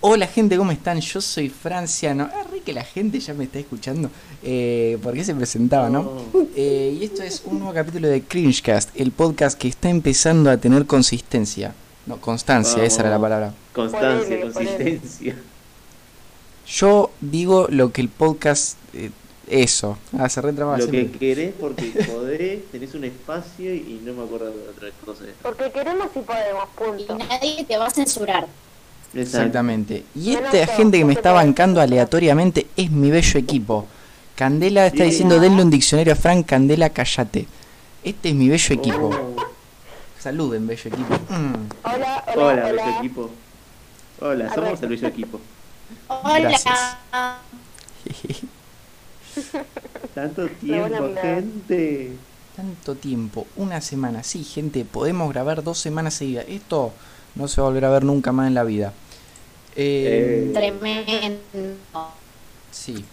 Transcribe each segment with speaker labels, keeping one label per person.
Speaker 1: Hola gente, ¿cómo están? Yo soy Franciano. Ah, re que la gente ya me está escuchando. Eh, porque se presentaba,
Speaker 2: Oh.
Speaker 1: ¿no? Eh, y esto es un nuevo capítulo de Cringecast, el podcast que está empezando a tener consistencia. No, constancia, esa era la palabra.
Speaker 2: Constancia,
Speaker 3: Ponele,
Speaker 2: consistencia.
Speaker 1: Yo digo lo que el podcast... eh, eso. Ah, se retraba
Speaker 2: Lo que
Speaker 1: siempre.
Speaker 2: querés porque podés, tenés un espacio y no me acuerdo de otra cosa.
Speaker 3: Porque queremos y podemos,
Speaker 4: y
Speaker 3: punto.
Speaker 4: nadie te va a censurar.
Speaker 2: Exacto.
Speaker 1: Exactamente. Y
Speaker 3: Bueno,
Speaker 1: esta
Speaker 3: yo,
Speaker 1: gente que me
Speaker 3: yo
Speaker 1: está
Speaker 3: creo-
Speaker 1: bancando aleatoriamente es mi bello equipo. Candela está
Speaker 2: Sí.
Speaker 1: diciendo, denle un diccionario a Frank, Candela, callate. Este es mi bello equipo.
Speaker 2: Oh.
Speaker 1: Saluden, bello equipo. Mm.
Speaker 3: Hola,
Speaker 2: Oh.
Speaker 3: hola,
Speaker 2: Hola,
Speaker 3: hola.
Speaker 2: bello equipo. Hola,
Speaker 3: A
Speaker 2: somos
Speaker 3: ver.
Speaker 2: el bello equipo.
Speaker 4: Hola.
Speaker 1: Gracias.
Speaker 2: Tanto
Speaker 3: van a
Speaker 2: tiempo,
Speaker 3: hablar.
Speaker 2: gente.
Speaker 1: Tanto tiempo, una semana. Sí, gente, podemos grabar dos semanas seguidas. Esto no se va a volver a ver nunca más en la vida. Eh,
Speaker 2: Eh.
Speaker 4: Tremendo.
Speaker 1: Sí,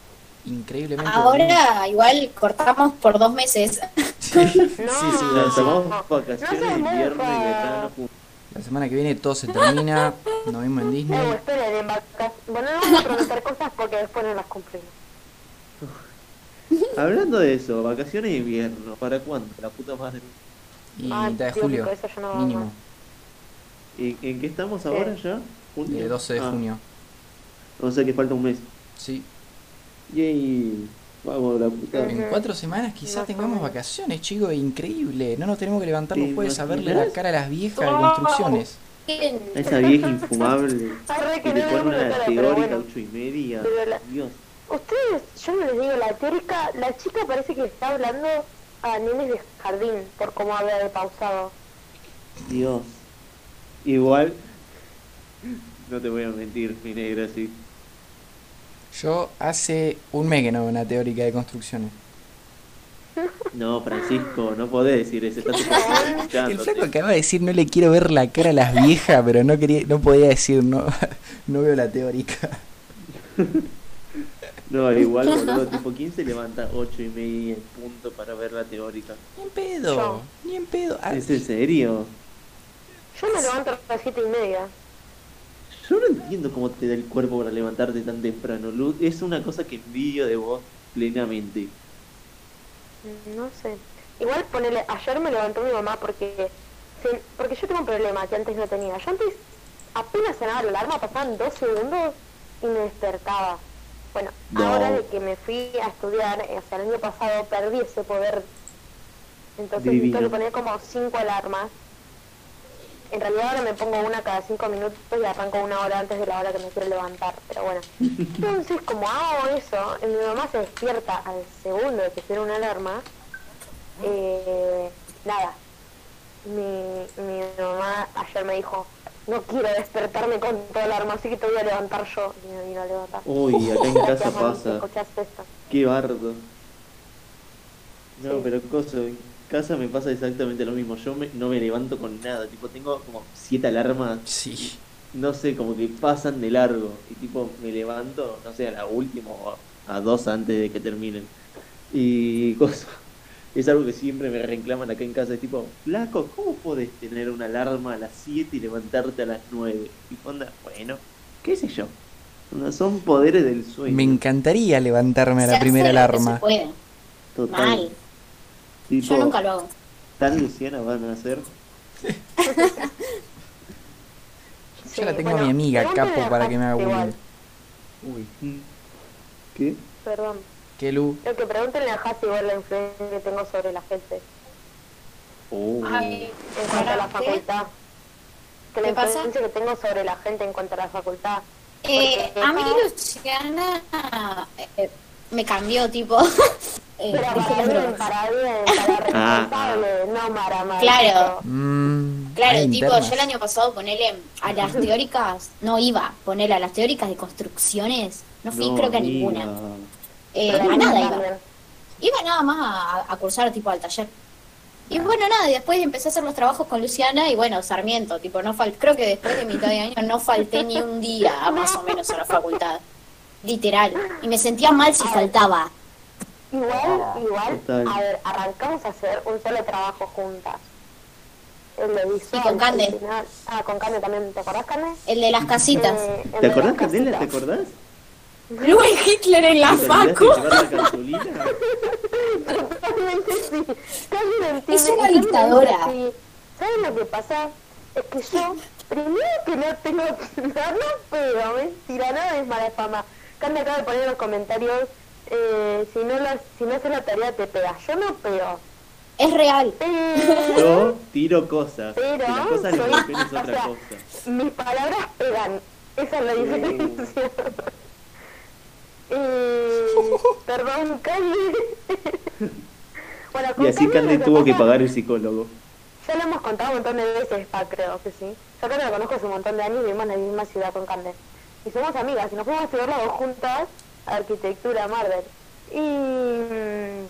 Speaker 1: increíblemente.
Speaker 4: Ahora igual cortamos por dos meses.
Speaker 1: Sí, sí, sí,
Speaker 3: No.
Speaker 2: Nos
Speaker 1: sí.
Speaker 2: tomamos vacaciones
Speaker 3: No
Speaker 2: de
Speaker 3: seas
Speaker 2: invierno y
Speaker 3: mofa.
Speaker 2: verano juntos.
Speaker 1: La semana que viene todo se termina. Nos vemos en
Speaker 3: Eh,
Speaker 1: Disney.
Speaker 3: esperen, en vacas- Bueno, no vamos a prometer cosas porque después no las cumplimos.
Speaker 2: Hablando de eso, vacaciones de invierno, ¿para cuándo? La puta madre.
Speaker 1: Y
Speaker 3: Ay,
Speaker 1: mitad de
Speaker 3: Dios,
Speaker 1: julio,
Speaker 3: con eso yo no hago
Speaker 1: mínimo.
Speaker 3: más.
Speaker 2: ¿En, en qué estamos ahora ya? ¿Junio?
Speaker 1: de 12 de
Speaker 2: Ah,
Speaker 1: junio.
Speaker 2: O sea que falta un mes.
Speaker 1: Sí.
Speaker 2: Yay. Vamos, la puta.
Speaker 1: En
Speaker 3: Ujú.
Speaker 1: cuatro semanas quizás
Speaker 3: Más o
Speaker 1: tengamos
Speaker 3: menos.
Speaker 1: vacaciones, chicos. Increíble. No nos tenemos que levantar
Speaker 2: ¿Te
Speaker 1: los jueves a verle la
Speaker 2: imaginas?
Speaker 1: cara a las viejas de
Speaker 3: ¡Oh!
Speaker 1: construcciones.
Speaker 2: Esa vieja infumable.
Speaker 3: Arre,
Speaker 2: Que
Speaker 3: que
Speaker 2: le
Speaker 3: no
Speaker 2: pone
Speaker 3: le vemos la
Speaker 2: una
Speaker 3: cara, pero
Speaker 2: teórica
Speaker 3: bueno.
Speaker 2: ocho y media.
Speaker 3: Pero la-
Speaker 2: Dios.
Speaker 3: Ustedes, yo no les digo, la teórica, la chica parece que está hablando a nenes de jardín, por cómo habla de pausado.
Speaker 2: Dios. Igual, no te voy a mentir, mi negra, sí.
Speaker 1: Yo hace un mes que no veo una teórica de construcciones.
Speaker 2: No, Francisco, no podés decir eso. Estás
Speaker 1: El
Speaker 2: escuchando.
Speaker 1: flaco acaba de decir no le quiero ver la cara a las viejas, pero no quería, no podía decir no, no veo la teórica.
Speaker 2: No, igual, boludo. Tipo, ¿quién se levanta ocho y media en punto para ver la teórica?
Speaker 1: Ni en pedo,
Speaker 3: Yo.
Speaker 1: ni en pedo. Ah,
Speaker 2: ¿Es en serio?
Speaker 3: Yo me levanto a las siete y media.
Speaker 2: Yo no entiendo cómo te da el cuerpo para levantarte tan temprano, Luz. Es una cosa que envidio de vos plenamente.
Speaker 3: No sé. Igual ponele, ayer me levantó mi mamá porque se- porque yo tengo un problema que antes no tenía. Yo antes apenas sonaba la alarma, pasaban dos segundos y me despertaba. Bueno,
Speaker 2: No.
Speaker 3: ahora de que me fui a estudiar, eh, o sea, el año pasado perdí ese poder. Entonces me
Speaker 2: Divino.
Speaker 3: tengo que poner como cinco alarmas. En realidad ahora me pongo una cada cinco minutos y arranco una hora antes de la hora que me quiero levantar. Pero bueno, entonces como hago eso, y mi mamá se despierta al segundo de que tiene una alarma. Eh, nada, mi, mi mamá ayer me dijo, no quiero despertarme con toda la alarma, así que te voy a levantar yo. Y me vino a levantar.
Speaker 2: Uy, acá en casa
Speaker 3: Mamá, me
Speaker 2: pasa.
Speaker 3: dijo, ¿qué haces esto?
Speaker 2: Qué bardo. No,
Speaker 3: Sí.
Speaker 2: pero coso, en casa me pasa exactamente lo mismo. Yo me- no me levanto con nada. Tipo, tengo como siete alarmas,
Speaker 1: sí.
Speaker 2: no sé, como que pasan de largo. Y tipo, me levanto, no sé, a la última o a dos antes de que terminen. Y coso, es algo que siempre me reclaman acá en casa. Es tipo, flaco, ¿cómo podés tener una alarma a las 7 y levantarte a las 9? Y onda, bueno, qué sé yo. Onda, son poderes del sueño.
Speaker 1: Me encantaría levantarme a
Speaker 4: Se
Speaker 1: la
Speaker 4: hace
Speaker 1: primera
Speaker 4: lo que
Speaker 1: alarma.
Speaker 4: se pueda.
Speaker 2: Total.
Speaker 4: Mal.
Speaker 2: Tipo,
Speaker 4: Yo nunca lo hago.
Speaker 2: Tan Luciana van a ser.
Speaker 3: Sí,
Speaker 1: Yo la tengo a
Speaker 3: bueno,
Speaker 1: mi amiga,
Speaker 3: pregúntale
Speaker 1: capo,
Speaker 3: a
Speaker 1: para que me haga
Speaker 3: Juan
Speaker 1: bullying.
Speaker 3: igual,
Speaker 1: Uy,
Speaker 2: ¿Qué?
Speaker 3: Perdón.
Speaker 1: qué luz.
Speaker 3: Lo que pregúntenle a Hasi igual la influencia que tengo sobre la gente.
Speaker 2: Oh.
Speaker 1: eh,
Speaker 4: Ay,
Speaker 3: En cuanto a la
Speaker 4: ¿qué?
Speaker 3: facultad. Que la
Speaker 4: ¿Qué pasa?
Speaker 3: influencia que tengo sobre la gente en cuanto a la facultad.
Speaker 4: Eh, a mí Luciana eh, me cambió, tipo. eh,
Speaker 3: Pero para
Speaker 4: ejemplo.
Speaker 3: bien, para bien, para
Speaker 2: Ah, ah.
Speaker 3: responsable, no para mal.
Speaker 4: Claro.
Speaker 1: Mm,
Speaker 4: Claro,
Speaker 1: hay
Speaker 4: tipo,
Speaker 1: internas.
Speaker 4: yo el año pasado ponerle a las teóricas, no iba, ponerle a las teóricas de construcciones, no fui creo que a
Speaker 2: amiga.
Speaker 4: ninguna, Eh,
Speaker 3: Pero
Speaker 4: a
Speaker 3: no
Speaker 4: nada
Speaker 3: para
Speaker 4: iba.
Speaker 3: bien.
Speaker 4: Iba nada más a, a cursar tipo al taller. Y bueno, nada, y después empecé a hacer los trabajos con Luciana y bueno, Sarmiento, tipo, no fal creo que después de mitad de año no falté ni un día más o menos a la facultad. Literal. Y me sentía mal si faltaba.
Speaker 3: Igual, igual,
Speaker 2: Total.
Speaker 3: a ver, arrancamos a hacer un solo trabajo juntas. el de Visual,
Speaker 4: con Cande.
Speaker 3: el final. Ah, con Cande también. ¿Te acordás, Cande?
Speaker 4: El de las casitas.
Speaker 3: Eh, el
Speaker 2: ¿Te
Speaker 3: de
Speaker 2: acordás,
Speaker 3: las
Speaker 2: Candela? ¿Te
Speaker 3: casitas.
Speaker 2: acordás?
Speaker 4: Luis Hitler en la
Speaker 2: ¿Te olvidaste
Speaker 4: facu.
Speaker 2: de llevar la cartulina?
Speaker 3: Totalmente sí. Cande lo entiende,
Speaker 4: Es una
Speaker 3: y Cande lo
Speaker 4: dictadora.
Speaker 3: dice así, ¿Saben lo que pasa? Es que yo, primero que no tengo nada, no puedo, mentira, nada es mala fama. Cande acaba de poner en los comentarios, eh, si no lo, si no haces la tarea te pega. Yo no pego.
Speaker 4: Es real.
Speaker 3: Pero...
Speaker 2: Yo tiro cosas.
Speaker 3: Pero,
Speaker 2: que las cosas
Speaker 3: soy-
Speaker 2: les golpeen es
Speaker 3: o
Speaker 2: otra
Speaker 3: sea,
Speaker 2: cosa.
Speaker 3: Mis palabras pegan. Esa es la
Speaker 2: Mm.
Speaker 3: diferencia. Eh, perdón, Candy. bueno, con
Speaker 2: Y así
Speaker 3: Candy
Speaker 2: Candy
Speaker 3: lo
Speaker 2: tuvo que
Speaker 3: pasa-
Speaker 2: pagar el psicólogo.
Speaker 3: Ya lo hemos contado un montón de veces, pa, creo que sí. Yo Candy la conozco hace un montón de años y vivimos en la misma ciudad con Candy. Y somos amigas y nos fuimos a estudiar las dos juntas a arquitectura Marvel. Y, mm,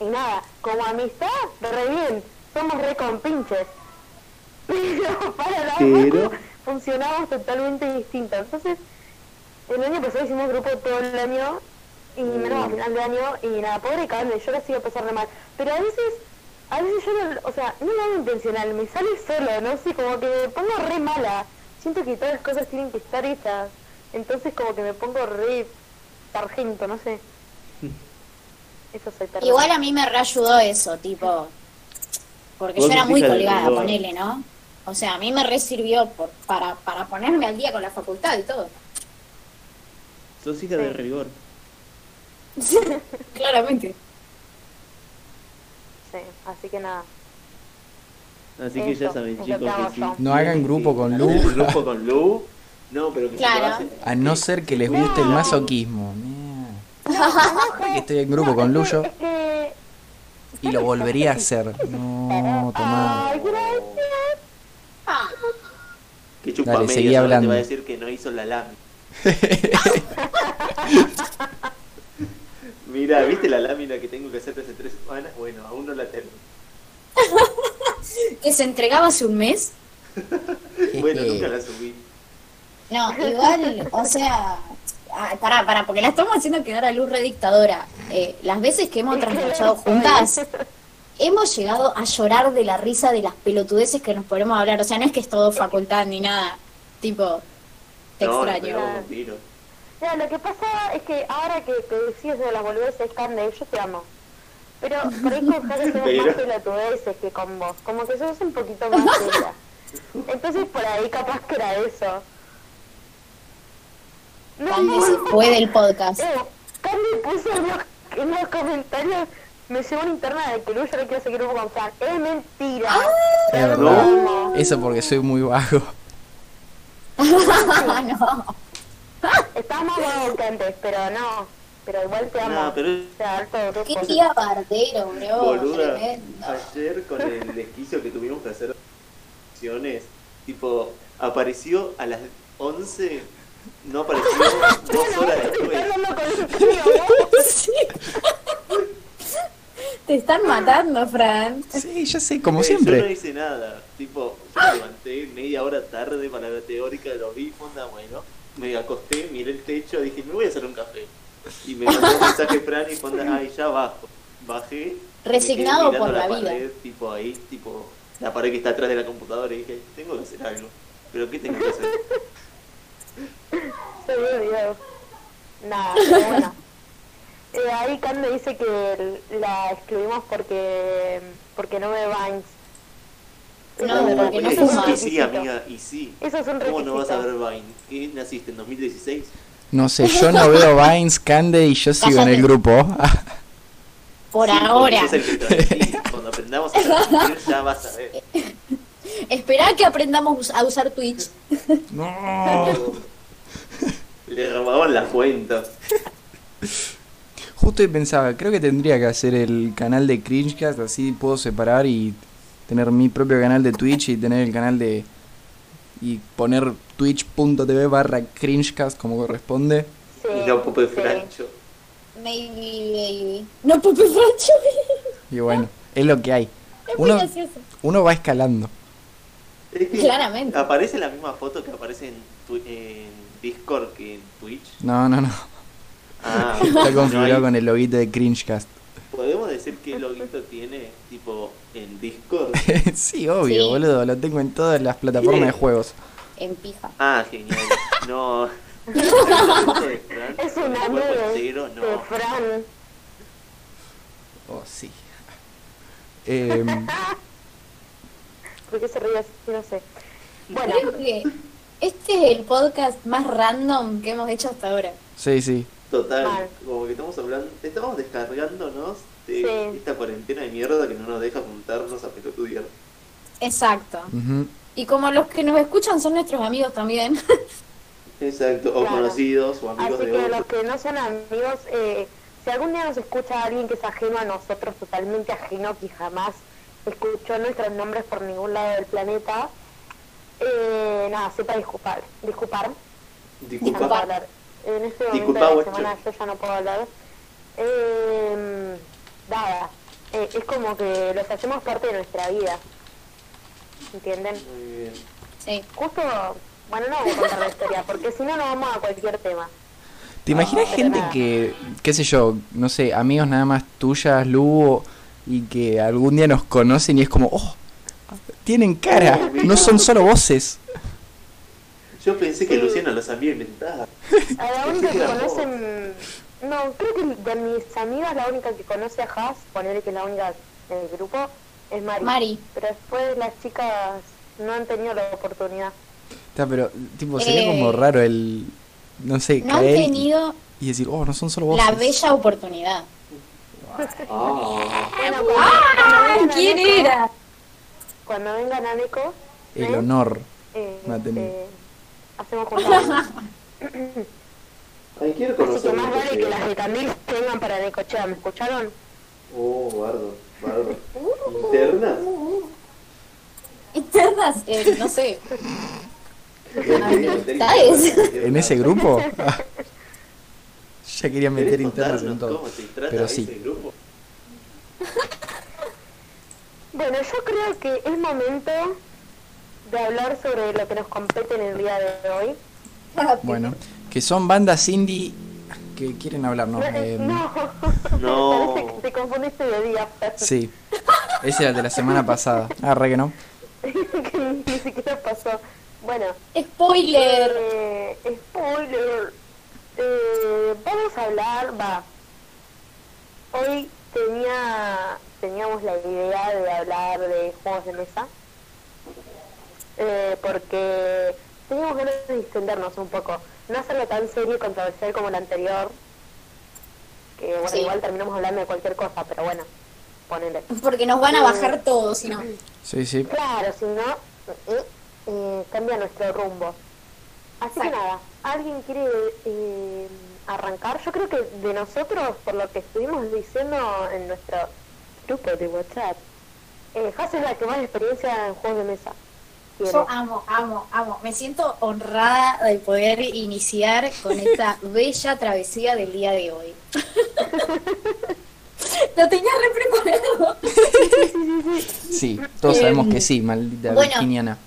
Speaker 3: y nada, como amistad, re bien. Somos re compinches. Pero para la
Speaker 2: Pero-
Speaker 3: funcionábamos totalmente distinto. Entonces, el año pasado hicimos grupo todo el año y
Speaker 4: Mm.
Speaker 3: menos a final de año y nada, pobre Carmen, yo la sigo pasando mal. Pero a veces, a veces yo no, o sea, no lo hago intencional, me sale solo, no sé, como que me pongo re mala. Siento que todas las cosas tienen que estar hechas. Entonces como que me pongo re sargento, no sé. Eso soy perdón.
Speaker 4: Igual a mí me reayudó eso, tipo. Porque
Speaker 2: Vos
Speaker 4: yo era
Speaker 2: sos
Speaker 4: muy
Speaker 2: hija de
Speaker 4: colgada,
Speaker 2: Rigor.
Speaker 4: ponele, ¿no? O sea, a mí me resirvió por, para, para ponerme al día con la facultad y todo.
Speaker 2: Sos hija de rigor.
Speaker 4: Claramente.
Speaker 3: Sí, así que nada.
Speaker 2: Así que ya
Speaker 3: Eso,
Speaker 2: saben,
Speaker 3: eso
Speaker 2: chicos,
Speaker 3: hago
Speaker 2: que sí.
Speaker 3: yo.
Speaker 1: No hagan grupo con
Speaker 2: hagan
Speaker 1: Lu.
Speaker 2: grupo con Lu. No, pero que si
Speaker 4: Claro.
Speaker 2: lo hacen-
Speaker 1: A no ser que les guste el masoquismo. Mira, ahora que estoy en grupo con Luyo
Speaker 3: Es que...
Speaker 1: y lo volvería a hacer. No, tomá.
Speaker 3: Ay, gracias.
Speaker 4: Ah,
Speaker 2: Que chupa
Speaker 1: Dale,
Speaker 2: media,
Speaker 1: seguí
Speaker 2: solo
Speaker 1: hablando.
Speaker 2: te va a decir que no hizo la lámina. Mira, ¿viste la lámina que tengo que hacer hace tres semanas? Bueno, aún no la tengo.
Speaker 4: ¿Que se entregaba hace un mes?
Speaker 2: Bueno, nunca la subí.
Speaker 4: No, igual, o sea. ah, pará, pará, porque la estamos haciendo quedar a luz redictadora. Eh, las veces que hemos trasnochado juntas, hemos llegado a llorar de la risa de las pelotudeces que nos podemos hablar. O sea, no es que es todo facultad ni nada. Tipo, te
Speaker 2: no,
Speaker 4: extraño.
Speaker 2: No, pegamos un tiro.
Speaker 3: Ya, lo que pasa es que ahora que te decís de las boludeces, Cande, yo te amo. Pero por ahí con Cande somos
Speaker 2: Pero-
Speaker 3: más pelotudeces que con vos. Como que sos un poquito más seria. Entonces por ahí capaz que era eso. No,
Speaker 4: Cande se fue del podcast.
Speaker 3: Eh, Candy puso en los, en los comentarios, me llegó una interna de que Luis yo no quiero seguir grupo con Fran. Es mentira.
Speaker 4: Ah,
Speaker 1: Es verdad. Eso porque soy muy vago.
Speaker 4: Ah, no.
Speaker 3: Estás más guapo que antes, pero no. Pero igual te amo.
Speaker 2: No, pero es
Speaker 3: O sea, harto
Speaker 4: Qué
Speaker 3: grupo.
Speaker 4: tía bardero, bro.
Speaker 2: boluda.
Speaker 4: Tremendo.
Speaker 2: Ayer con el desquicio que tuvimos que hacer opciones, tipo, apareció a las 11, no apareció dos horas
Speaker 3: Estoy
Speaker 2: después.
Speaker 3: hablando con un tío, ¿eh? ¿no?
Speaker 4: Sí. Te están matando, Fran.
Speaker 1: Sí, ya sé, como
Speaker 2: Eh, Yo no
Speaker 1: siempre.
Speaker 2: hice nada. Tipo, yo me levanté media hora tarde para la teórica de los bifonda, bueno. Me acosté, miré el techo, dije, me voy a hacer un café. Y me mandó un mensaje Fran y fonda, ay, ya bajo. Bajé. me
Speaker 4: Resignado
Speaker 2: quedé
Speaker 4: por
Speaker 2: mirando
Speaker 4: la vida.
Speaker 2: Pared, tipo ahí, tipo, la pared que está atrás de la computadora y dije, tengo que hacer algo. ¿Pero qué tengo que hacer?
Speaker 3: Se ve video. Nada, pero bueno. Eh, ahí Cande dice que la excluimos porque porque no ve Vines. Eso es
Speaker 4: No,
Speaker 3: un
Speaker 4: porque no
Speaker 2: eh,
Speaker 3: requisito.
Speaker 4: fuma.
Speaker 2: Y sí, amiga, y sí.
Speaker 3: Eso es un
Speaker 2: ¿Cómo
Speaker 3: requisito.
Speaker 2: no vas a ver Vine? ¿Qué naciste en 2016?
Speaker 1: No sé, yo no veo Vines, Cande y yo sigo en el
Speaker 4: Cállate.
Speaker 1: grupo.
Speaker 4: Por
Speaker 2: Sí, porque
Speaker 4: ahora.
Speaker 2: sos el que transmitís. Cuando aprendamos a transmitir ya vas a ver.
Speaker 4: Esperá que aprendamos a usar Twitch.
Speaker 1: No.
Speaker 2: Le robaban las cuentas.
Speaker 1: Justo y pensaba, creo que tendría que hacer el canal de Cringecast, así puedo separar y tener mi propio canal de Twitch y tener el canal de... y poner twitch.tv barra Cringecast como corresponde.
Speaker 3: Sí,
Speaker 2: Y no Pope
Speaker 3: sí.
Speaker 2: Francho.
Speaker 4: Maybe, baby. No, Pepe Francho.
Speaker 1: Y bueno, es lo que hay.
Speaker 4: Es muy
Speaker 1: Uno,
Speaker 4: gracioso.
Speaker 1: uno va escalando.
Speaker 2: Es que
Speaker 4: Claramente.
Speaker 2: Aparece la misma foto que aparece en, tu- en Discord que en Twitch.
Speaker 1: No, no, no.
Speaker 2: Ah,
Speaker 1: Está
Speaker 2: no
Speaker 1: configurado
Speaker 2: hay-
Speaker 1: con el loguito de Cringecast.
Speaker 2: Podemos decir decir qué loguito tiene, tipo, en Discord?
Speaker 1: sí, obvio,
Speaker 4: Sí.
Speaker 1: boludo. Lo tengo en todas las plataformas de juegos.
Speaker 4: En pija.
Speaker 2: Ah, genial. No. es
Speaker 3: Es una nube
Speaker 2: Entero, no.
Speaker 3: de Fran.
Speaker 1: Oh, sí. Em,
Speaker 3: ¿Por qué se ríe así? No sé. Bueno,
Speaker 4: Creo que este es el podcast más random que hemos hecho hasta ahora.
Speaker 1: sí, sí.
Speaker 2: Total,
Speaker 3: Mal.
Speaker 2: como que estamos hablando, estamos descargándonos de
Speaker 3: Sí.
Speaker 2: esta cuarentena de mierda que no nos deja juntarnos a pelotudear.
Speaker 4: Exacto.
Speaker 1: Ujú.
Speaker 4: Y como los que nos escuchan son nuestros amigos también.
Speaker 2: Exacto, o
Speaker 3: Claro.
Speaker 2: conocidos, o amigos
Speaker 3: así
Speaker 2: de
Speaker 3: que
Speaker 2: otros.
Speaker 3: los que no son amigos, eh, si algún día nos escucha alguien que es ajeno a nosotros, totalmente ajeno, que jamás escuchó nuestros nombres por ningún lado del planeta, eh, nada, sepa disculpar. Disculpar. Ya no puedo
Speaker 2: Disculpa,
Speaker 3: hablar. En este momento
Speaker 2: Disculpa,
Speaker 3: de la
Speaker 2: guacho.
Speaker 3: semana yo ya no puedo hablar. Eh, nada, eh, es como que los hacemos parte de nuestra vida. ¿Entienden?
Speaker 2: muy bien.
Speaker 4: Sí.
Speaker 3: Justo, bueno, no voy a contar la historia, porque si no nos vamos a cualquier tema.
Speaker 1: ¿Te imaginas
Speaker 4: Oh,
Speaker 3: pero
Speaker 1: gente
Speaker 3: nada.
Speaker 1: que, qué sé yo, no sé, amigos nada más tuyas, Lugo, y que algún día nos conocen y es como, oh, tienen cara, no son solo voces?
Speaker 2: Yo pensé que Luciana los había inventado.
Speaker 3: A la única
Speaker 2: Sí,
Speaker 3: que
Speaker 2: a vos.
Speaker 3: conocen... No, creo que de mis amigas la única que conoce a Haas, ponerle que es la única del grupo, es Mari.
Speaker 4: Mari.
Speaker 3: Pero después las chicas no han tenido la oportunidad.
Speaker 1: Está, pero, tipo, sería
Speaker 4: Eh.
Speaker 1: como raro el, no sé,
Speaker 4: No han
Speaker 1: caer y-
Speaker 4: tenido
Speaker 1: y decir, oh, no son solo voces.
Speaker 4: la bella oportunidad.
Speaker 2: Ah,
Speaker 3: Bueno, cuando- cuando vengan a
Speaker 4: Ah, ¿Quién
Speaker 3: Neco-
Speaker 4: era?
Speaker 3: Cuando vengan a Neco,
Speaker 1: El
Speaker 3: ¿eh?
Speaker 1: honor.
Speaker 3: Eh,
Speaker 1: No ha tenido.
Speaker 3: eh, hacemos juntadas.
Speaker 2: ay, quiero
Speaker 3: Así que
Speaker 2: conocer
Speaker 3: más vale que las
Speaker 2: a
Speaker 3: de Tandil vengan para Necochea, ¿me escucharon?
Speaker 2: Oh, bardo, bardo. ¿Internas?
Speaker 4: Internas, eh, no sé.
Speaker 1: ¿En ese grupo? Ah. ya quería meter
Speaker 2: ¿Querés
Speaker 1: internas en todo.
Speaker 2: contarnos cómo se trata
Speaker 1: Pero
Speaker 2: ese
Speaker 1: sí.
Speaker 2: grupo?
Speaker 3: Bueno, yo creo que es momento de hablar sobre lo que nos compete en el día de hoy.
Speaker 1: Bueno, que son bandas indie que quieren hablar, ¿no?
Speaker 3: eh,
Speaker 1: Em,
Speaker 3: no.
Speaker 2: No.
Speaker 3: parece que te confundiste de día.
Speaker 1: Sí. Ese era el de la semana pasada. Ah, re que no.
Speaker 3: que ni siquiera pasó. Bueno,
Speaker 4: Spoiler.
Speaker 3: eh, spoiler. Eh, vamos a hablar, va. Hoy tenía, teníamos la idea de hablar de juegos de mesa. Eh, porque teníamos ganas de distendernos un poco. No hacerlo tan serio y controversial como el anterior. Que bueno,
Speaker 4: Sí.
Speaker 3: igual terminamos hablando de cualquier cosa, pero bueno, ponele.
Speaker 4: Porque nos van a bajar todos, si no.
Speaker 1: Sí, sí.
Speaker 3: Claro, si no, eh, eh, cambia nuestro rumbo. Así que
Speaker 4: Exacto.
Speaker 3: nada, ¿alguien quiere eh, arrancar? Yo creo que de nosotros, por lo que estuvimos diciendo en nuestro grupo de WhatsApp, eh, Has es la que más experiencia en juegos de mesa tiene.
Speaker 4: Yo amo, amo, amo. Me siento honrada de poder iniciar con esta bella travesía del día de hoy. Lo tenía re preparado.
Speaker 1: Sí, todos sabemos que sí, maldita
Speaker 4: Em, Bueno.
Speaker 1: virginiana.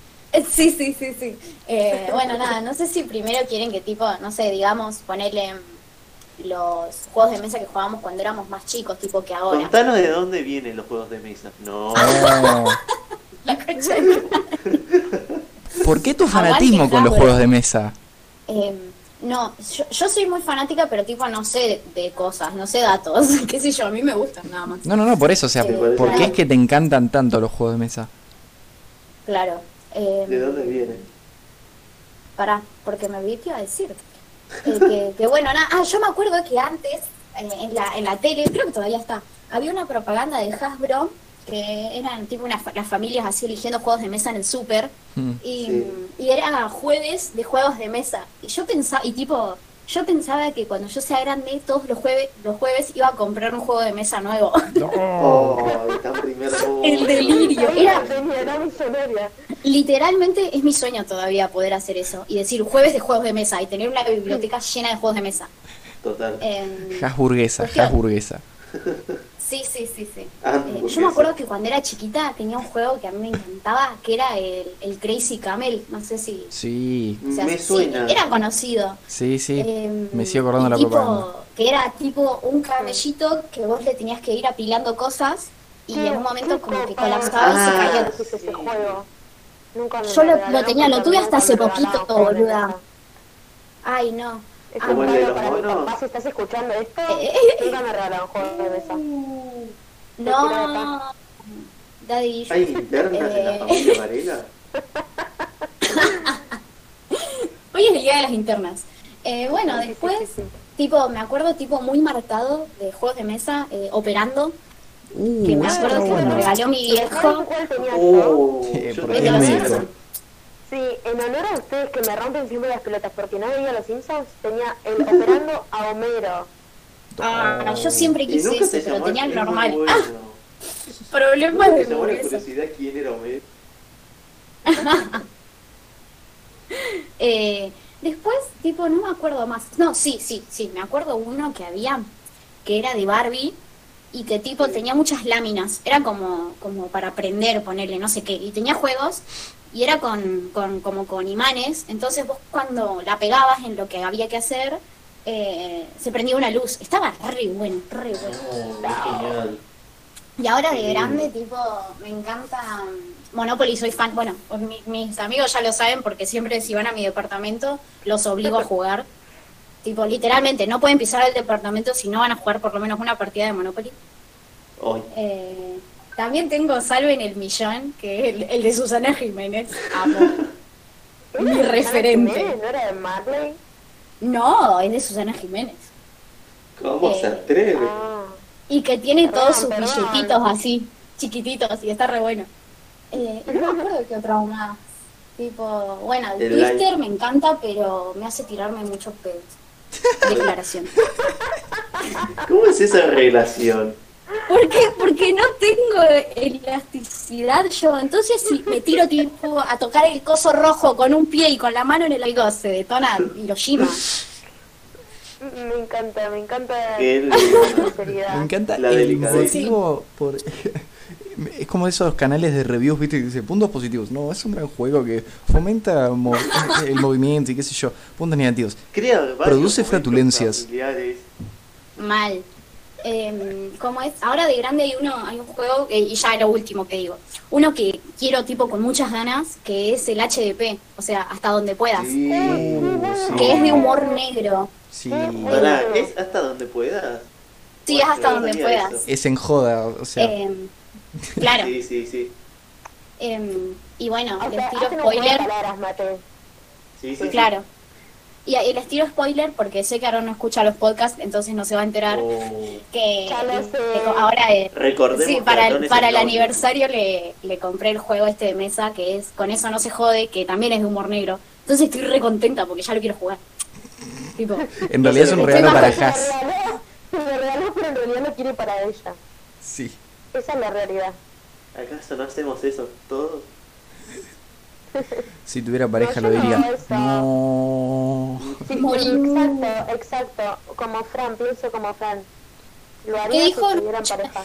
Speaker 4: Sí, sí, sí, sí. Eh, bueno, nada, no sé si primero quieren que tipo, no sé, digamos, ponerle mm, los juegos de mesa que jugábamos cuando éramos más chicos, tipo que ahora.
Speaker 2: Contanos de dónde vienen los juegos de mesa. No.
Speaker 1: Oh.
Speaker 4: La concha de mi-
Speaker 1: ¿Por qué tu
Speaker 4: Aguante
Speaker 1: fanatismo con los
Speaker 4: Howard.
Speaker 1: juegos de mesa?
Speaker 4: Eh, no, yo, yo soy muy fanática, pero tipo no sé de cosas, no sé datos, qué sé yo, a mí me gustan nada más.
Speaker 1: No, no, no, por eso, o sea,
Speaker 4: Sí,
Speaker 1: ¿por qué
Speaker 4: claro.
Speaker 1: es que te encantan tanto los juegos de mesa?
Speaker 4: Claro. eh,
Speaker 2: ¿De dónde vienen?
Speaker 4: Pará, porque me vi que iba a decir. Eh, que, que bueno, nada. Ah, yo me acuerdo que antes, eh, en, la, en la tele, creo que todavía está, había una propaganda de Hasbro que eran tipo una fa- las familias así eligiendo juegos de mesa en el súper.
Speaker 1: Mm.
Speaker 4: Y,
Speaker 2: Sí.
Speaker 4: y era jueves de juegos de mesa. Y yo pensaba, y tipo, yo pensaba que cuando yo sea grande, todos los jueves, los jueves iba a comprar un juego de mesa nuevo.
Speaker 2: Oh, está primero.
Speaker 4: El delirio.
Speaker 3: Era
Speaker 4: Era-
Speaker 3: era millonaria.
Speaker 4: Literalmente es mi sueño todavía poder hacer eso y decir jueves de juegos de mesa y tener una biblioteca llena de juegos de mesa.
Speaker 2: Total.
Speaker 4: Em,
Speaker 1: Hasburguesa,
Speaker 4: Cuestión.
Speaker 1: hasburguesa.
Speaker 4: Sí, sí, sí, sí.
Speaker 2: Ah,
Speaker 4: Eh,
Speaker 2: porque
Speaker 4: yo me acuerdo que cuando era chiquita tenía un juego que a mí me encantaba, que era el, el Crazy Camel, no sé si...
Speaker 1: Sí,
Speaker 4: o sea,
Speaker 2: Me
Speaker 4: sí,
Speaker 2: suena.
Speaker 4: era conocido.
Speaker 1: sí, sí.
Speaker 4: Eh,
Speaker 1: Me sigo acordando
Speaker 4: y
Speaker 1: la
Speaker 4: tipo,
Speaker 1: propaganda.
Speaker 4: que era tipo un camellito que vos le tenías que ir apilando cosas y
Speaker 3: Sí,
Speaker 4: en un momento como que
Speaker 3: tipo,
Speaker 4: colapsaba y se
Speaker 3: Mm. ah,
Speaker 4: cayó.
Speaker 3: hice ese juego. Nunca me
Speaker 4: Yo lo-
Speaker 3: regalaron
Speaker 4: lo tenía, lo
Speaker 3: porque
Speaker 4: tuve
Speaker 3: nunca
Speaker 4: hasta
Speaker 3: me
Speaker 4: hace
Speaker 3: regalaron
Speaker 4: poquito,
Speaker 3: juegos de
Speaker 4: boluda.
Speaker 3: mesa.
Speaker 4: Ay, no.
Speaker 3: Es
Speaker 2: ¿Como
Speaker 3: un
Speaker 2: el de
Speaker 3: regalo
Speaker 2: los
Speaker 3: Ah, para mis
Speaker 2: monos?
Speaker 3: papás, si estás escuchando esto,
Speaker 4: Eh,
Speaker 3: nunca me regalaron juegos de mesa.
Speaker 4: No. Daddy
Speaker 2: ¿Hay
Speaker 4: issues.
Speaker 2: internas en la familia Varela?
Speaker 4: Hoy es el día de las internas. Eh, bueno,
Speaker 3: Sí, sí,
Speaker 4: después,
Speaker 3: sí, sí.
Speaker 4: tipo, me acuerdo, tipo, muy marcado de juegos de mesa, eh, operando,
Speaker 1: Uh,
Speaker 4: que me
Speaker 1: eso
Speaker 4: acuerdo
Speaker 1: está
Speaker 4: que me
Speaker 1: bueno.
Speaker 4: regaló mi
Speaker 3: ¿Saben
Speaker 4: viejo.
Speaker 3: cuál tenía yo?
Speaker 2: Oh,
Speaker 1: Eh,
Speaker 2: yo
Speaker 1: por
Speaker 4: ahí
Speaker 2: tenía
Speaker 4: es
Speaker 2: eso.
Speaker 1: negro.
Speaker 3: Sí, en honor a ustedes que me rompen siempre las pelotas porque no veía los Simpsons, tenía el operando a Homero.
Speaker 4: Ah, yo siempre
Speaker 2: Y
Speaker 4: quise
Speaker 2: nunca
Speaker 4: eso,
Speaker 2: se
Speaker 4: pero
Speaker 2: llamó
Speaker 4: tenía el
Speaker 2: es muy
Speaker 4: normal. Ah,
Speaker 2: bueno.
Speaker 4: Problemas
Speaker 2: Nunca
Speaker 4: de
Speaker 2: se llamó la
Speaker 4: burguesa.
Speaker 2: curiosidad quién era Homero.
Speaker 4: Eh, después, tipo, no me acuerdo más. No, sí, sí, sí, me acuerdo uno que había, que era de Barbie y que tipo
Speaker 2: Sí.
Speaker 4: tenía muchas láminas. Era como, como para prender, ponerle no sé qué. Y tenía juegos y era con, con, como con imanes. Entonces vos cuando la pegabas en lo que había que hacer, eh, se prendía una luz. Estaba re bueno, re bueno.
Speaker 2: Oh, genial.
Speaker 4: Y ahora de
Speaker 2: Sí.
Speaker 4: grande, tipo, me encanta mm, Monopoly, soy fan. Bueno, pues mi- mis amigos ya lo saben porque siempre si van a mi departamento los obligo a jugar. Tipo, literalmente, no pueden pisar el departamento si no van a jugar por lo menos una partida de Monopoly.
Speaker 2: Ay,
Speaker 4: Eh, también tengo Salve en el Millón, que es el, el de Susana Jiménez. Amo.
Speaker 3: ¿No
Speaker 4: Mi
Speaker 3: era de
Speaker 4: referente.
Speaker 3: Jiménez? ¿No era de Marley?
Speaker 4: No, es de Susana Jiménez.
Speaker 2: ¿Cómo
Speaker 4: Eh,
Speaker 2: se atreve?
Speaker 3: Ah,
Speaker 4: Y que tiene
Speaker 3: Perdón,
Speaker 4: todos sus
Speaker 3: perdón.
Speaker 4: billetitos así, chiquititos, y está re bueno. Eh, y no me acuerdo qué otra más. Tipo, bueno, el,
Speaker 2: El
Speaker 4: blister
Speaker 2: like.
Speaker 4: me encanta, pero me hace tirarme muchos pedos. Declaración.
Speaker 2: ¿Cómo es esa relación?
Speaker 4: ¿Por qué? Porque no tengo elasticidad yo. Entonces, si me tiro tipo a tocar el coso rojo con un pie y con la mano en el oigo, se detona Hiroshima.
Speaker 3: me encanta, me encanta
Speaker 2: Qué
Speaker 3: la
Speaker 2: lindo.
Speaker 1: Me
Speaker 3: sinceridad.
Speaker 1: encanta
Speaker 2: La
Speaker 1: el
Speaker 2: delicadeza.
Speaker 1: motivo por... Es como esos canales de reviews, viste, que dice puntos positivos. No, es un gran juego que fomenta mo- el movimiento y qué sé yo. Puntos negativos.
Speaker 2: Crea varios
Speaker 1: Produce
Speaker 2: momentos
Speaker 1: flatulencias.
Speaker 2: familiares.
Speaker 4: Mal. Eh, ¿Cómo es? Ahora de grande hay uno, hay un juego, eh, y ya lo último que digo. Uno que quiero tipo con muchas ganas, que es el HDP, o sea, hasta donde puedas.
Speaker 2: Sí.
Speaker 4: Que es de humor negro.
Speaker 1: Sí.
Speaker 2: Pará, ¿es hasta donde puedas?
Speaker 4: Sí, es hasta
Speaker 2: Bueno,
Speaker 4: donde
Speaker 2: sabía
Speaker 4: puedas.
Speaker 2: eso.
Speaker 1: Es en joda, o sea.
Speaker 4: Eh, claro.
Speaker 2: Sí, sí, sí.
Speaker 4: Eh, y bueno,
Speaker 3: O sea,
Speaker 4: les tiro
Speaker 3: hacen un juego de
Speaker 4: spoiler.
Speaker 3: palabras, Mate.
Speaker 2: Sí, sí, sí.
Speaker 4: Claro. Y, y les tiro spoiler porque sé que ahora no escucha los podcasts, entonces no se va a enterar
Speaker 2: Oh.
Speaker 4: que,
Speaker 3: Ya lo sé.
Speaker 4: que ahora eh,
Speaker 2: Recordemos
Speaker 4: Sí,
Speaker 2: que
Speaker 4: para
Speaker 2: Adón
Speaker 4: el,
Speaker 2: es
Speaker 4: para el
Speaker 2: novio.
Speaker 4: aniversario le, le compré el juego este de mesa que es Con eso no se jode, que también es de humor negro. Entonces estoy re contenta porque ya lo quiero jugar. Tipo,
Speaker 1: en realidad es un regalo para Haas.
Speaker 3: Me regaló, me regaló, pero en realidad lo quiere para ella.
Speaker 1: Sí.
Speaker 3: Esa es la realidad.
Speaker 2: ¿Acaso no hacemos eso todos?
Speaker 1: Si tuviera pareja
Speaker 3: No,
Speaker 1: lo
Speaker 3: yo no,
Speaker 1: diría.
Speaker 3: eso.
Speaker 1: No.
Speaker 3: Sí,
Speaker 4: Morir.
Speaker 3: exacto, exacto. Como Fran, pienso como Fran. Lo haría
Speaker 4: ¿Qué dijo?
Speaker 3: si tuvieran pareja.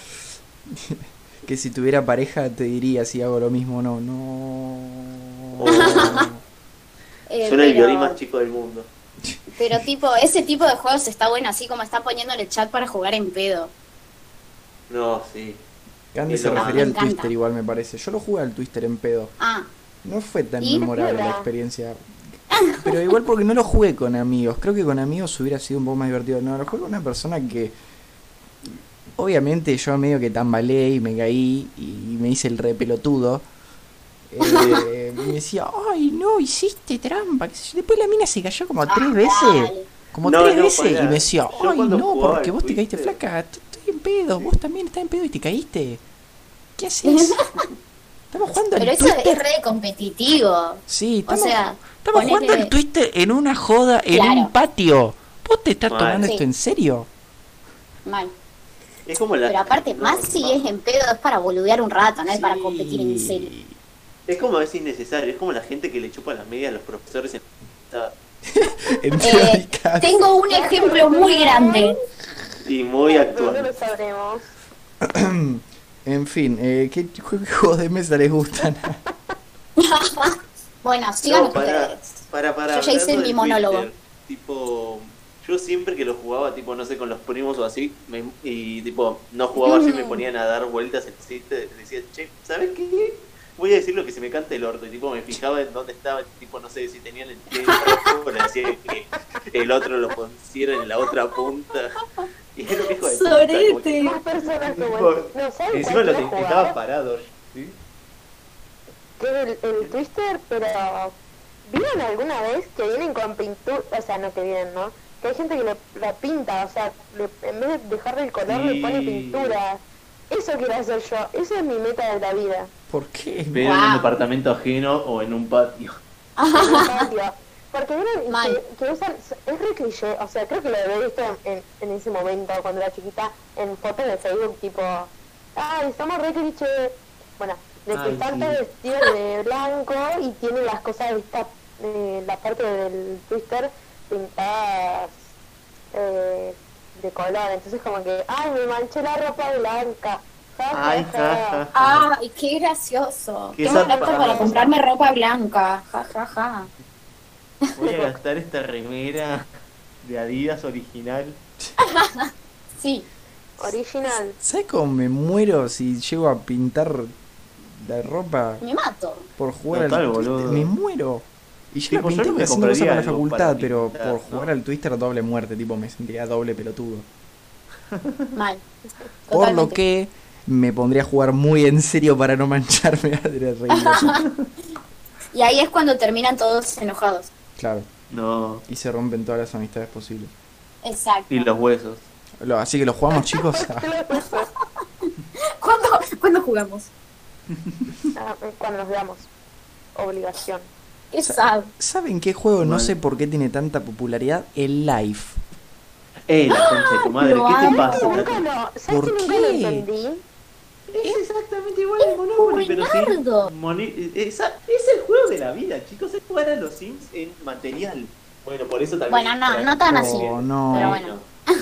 Speaker 1: Que si tuviera pareja te diría si hago lo mismo o no. No.
Speaker 4: eh,
Speaker 2: Suena el violín
Speaker 4: pero,
Speaker 2: más chico del mundo.
Speaker 4: pero tipo, ese tipo de juegos está bueno, así como están poniendo en el chat para jugar en pedo.
Speaker 2: No, sí.
Speaker 1: Candy
Speaker 2: Es
Speaker 1: se
Speaker 2: lo más.
Speaker 1: refería al
Speaker 4: Me encanta.
Speaker 1: Twister igual me parece. Yo lo jugué al Twister en pedo.
Speaker 4: Ah,
Speaker 1: No fue tan
Speaker 4: ¿Y?
Speaker 1: memorable la
Speaker 3: Mira.
Speaker 1: experiencia. Pero igual porque no lo jugué con amigos. Creo que con amigos hubiera sido un poco más divertido. No, lo jugué con una persona que... Obviamente yo medio que tambaleé y me caí y me hice el repelotudo. Eh, me decía, ay no, hiciste trampa. qué sé yo. Después la mina se cayó como
Speaker 4: ah,
Speaker 1: tres veces.
Speaker 4: dale.
Speaker 1: Como
Speaker 2: No,
Speaker 1: tres
Speaker 2: no,
Speaker 1: veces.
Speaker 2: pará.
Speaker 1: Y me decía,
Speaker 2: Yo
Speaker 1: ay
Speaker 2: cuando
Speaker 1: no,
Speaker 2: jugaba
Speaker 1: porque
Speaker 2: al
Speaker 1: vos te caíste
Speaker 2: Twister-
Speaker 1: flaca. t- Estoy en pedo. Vos también estás en pedo y te caíste. ¿Qué haces? Estamos jugando al
Speaker 4: Pero eso
Speaker 1: Twister.
Speaker 4: es re competitivo.
Speaker 1: Sí,
Speaker 4: O
Speaker 1: estamos,
Speaker 4: sea,
Speaker 1: estamos
Speaker 4: ponele-
Speaker 1: jugando al Twister en una joda, en
Speaker 4: Claro.
Speaker 1: un patio. ¿Vos te estás
Speaker 2: Bueno.
Speaker 1: tomando esto
Speaker 4: Sí.
Speaker 1: en serio?
Speaker 4: mal.
Speaker 2: Es como la.
Speaker 4: Pero aparte,
Speaker 2: no,
Speaker 4: más
Speaker 2: no.
Speaker 4: si es en pedo, es para boludear un rato, no es para
Speaker 1: Sí.
Speaker 4: competir en serio.
Speaker 2: Es como es innecesario. Es como la gente que le chupa las medias a los profesores en.
Speaker 1: En
Speaker 4: Eh,
Speaker 1: teóricas.
Speaker 4: tengo un ejemplo muy grande.
Speaker 2: Y muy
Speaker 3: Pero no lo
Speaker 2: actual.
Speaker 3: sabremos.
Speaker 1: En fin, eh, ¿qué ju- juegos de mesa les gustan?
Speaker 4: Bueno, sigan
Speaker 2: No, para,
Speaker 4: ustedes.
Speaker 2: para, para.
Speaker 4: Yo ya hice mi monólogo.
Speaker 2: tipo, Yo siempre que lo jugaba, tipo, no sé, con los primos o así, me- y tipo, no jugaba así, me ponían a dar vueltas en sitio, decía, che, ¿sabes qué? Voy a decir lo que se me canta el orto, y tipo, me fijaba en dónde estaba, tipo, no sé, si tenían el pie rojo, le hacía que el otro lo pusiera en la otra punta. Y era un hijo de puta, como que-
Speaker 5: Sorete.
Speaker 3: Más personas que
Speaker 2: Tipo,
Speaker 3: bueno. No sé, en
Speaker 2: Encima lo
Speaker 3: cualquiera
Speaker 2: te- estaba
Speaker 3: jugaba,
Speaker 2: parado, ¿sí?
Speaker 3: que el, el Twister, pero ¿vieron alguna vez que vienen con pintura? O sea, no que vienen, ¿no? Que hay gente que lo, la pinta, o sea, le- en vez de dejarle el color le pone
Speaker 2: Sí.
Speaker 3: pintura. Eso quiero hacer yo, esa es mi meta de la vida.
Speaker 1: ¿Por qué?
Speaker 2: Pero en un
Speaker 4: Wow.
Speaker 2: departamento ajeno o en un patio.
Speaker 3: en el patio. Porque vieron
Speaker 4: Mal.
Speaker 3: que, que usan, es re cliché, o sea, creo que lo había visto en, en ese momento, cuando era chiquita, en fotos de Facebook, tipo, ay, somos re cliché. Bueno, de que
Speaker 2: Ay,
Speaker 3: están
Speaker 2: sí.
Speaker 3: todos vestidos de blanco y tienen las cosas, esta, eh, la parte del twister pintadas eh, de color, entonces como que, ay, me manché la ropa blanca. Ja, ja, ja.
Speaker 4: Ay, qué gracioso.
Speaker 2: Qué
Speaker 4: Tengo un laptop
Speaker 2: zarpado.
Speaker 4: para comprarme ropa blanca. Ja, ja, ja.
Speaker 2: Voy a gastar esta remera de Adidas original.
Speaker 4: Sí.
Speaker 3: Original.
Speaker 1: ¿Sabes cómo me muero si llego a pintar la ropa
Speaker 4: Me mato.
Speaker 1: por jugar
Speaker 2: Total,
Speaker 1: al Twister?
Speaker 2: boludo.
Speaker 1: Me muero. Y yo
Speaker 2: Tipo,
Speaker 1: la
Speaker 2: yo
Speaker 1: pinté
Speaker 2: no me
Speaker 1: porque haciendo cosas
Speaker 2: compraría
Speaker 1: con la
Speaker 2: algo
Speaker 1: facultad,
Speaker 2: para
Speaker 1: pero
Speaker 2: pintar,
Speaker 1: por
Speaker 2: ¿no?
Speaker 1: jugar al Twister doble muerte, tipo, me sentiría doble pelotudo.
Speaker 4: Mal.
Speaker 1: Por lo
Speaker 4: Totalmente.
Speaker 1: que me pondría a jugar muy en serio para no mancharme de la regla.
Speaker 4: Y ahí es cuando terminan todos enojados.
Speaker 1: Claro,
Speaker 2: No.
Speaker 1: y se rompen todas las amistades posibles.
Speaker 4: Exacto.
Speaker 2: Y los huesos.
Speaker 1: Lo- Así que lo jugamos, chicos.
Speaker 4: ¿Cuándo, ¿Cuándo jugamos?
Speaker 3: Ah, Cuando nos veamos. Obligación.
Speaker 4: ¿Qué sabe?
Speaker 1: ¿Saben qué juego? No
Speaker 2: Mal.
Speaker 1: sé por qué tiene tanta popularidad. El Life.
Speaker 2: Eh, la concha de tu madre,
Speaker 4: Lo
Speaker 2: ¿qué te
Speaker 4: amo.
Speaker 2: pasa?
Speaker 3: Nunca lo, ¿Sabes
Speaker 1: Ah, ¿Por
Speaker 3: que nunca lo
Speaker 1: qué?
Speaker 3: entendí?
Speaker 2: Es exactamente igual al Monopoly, pero sin
Speaker 4: Bernardo.
Speaker 2: moni- esa- es el juego de la vida, chicos. Es jugar a los Sims en material. Bueno, por eso también.
Speaker 4: Bueno, no, no tan así.
Speaker 1: Oh, no.
Speaker 4: Pero bueno.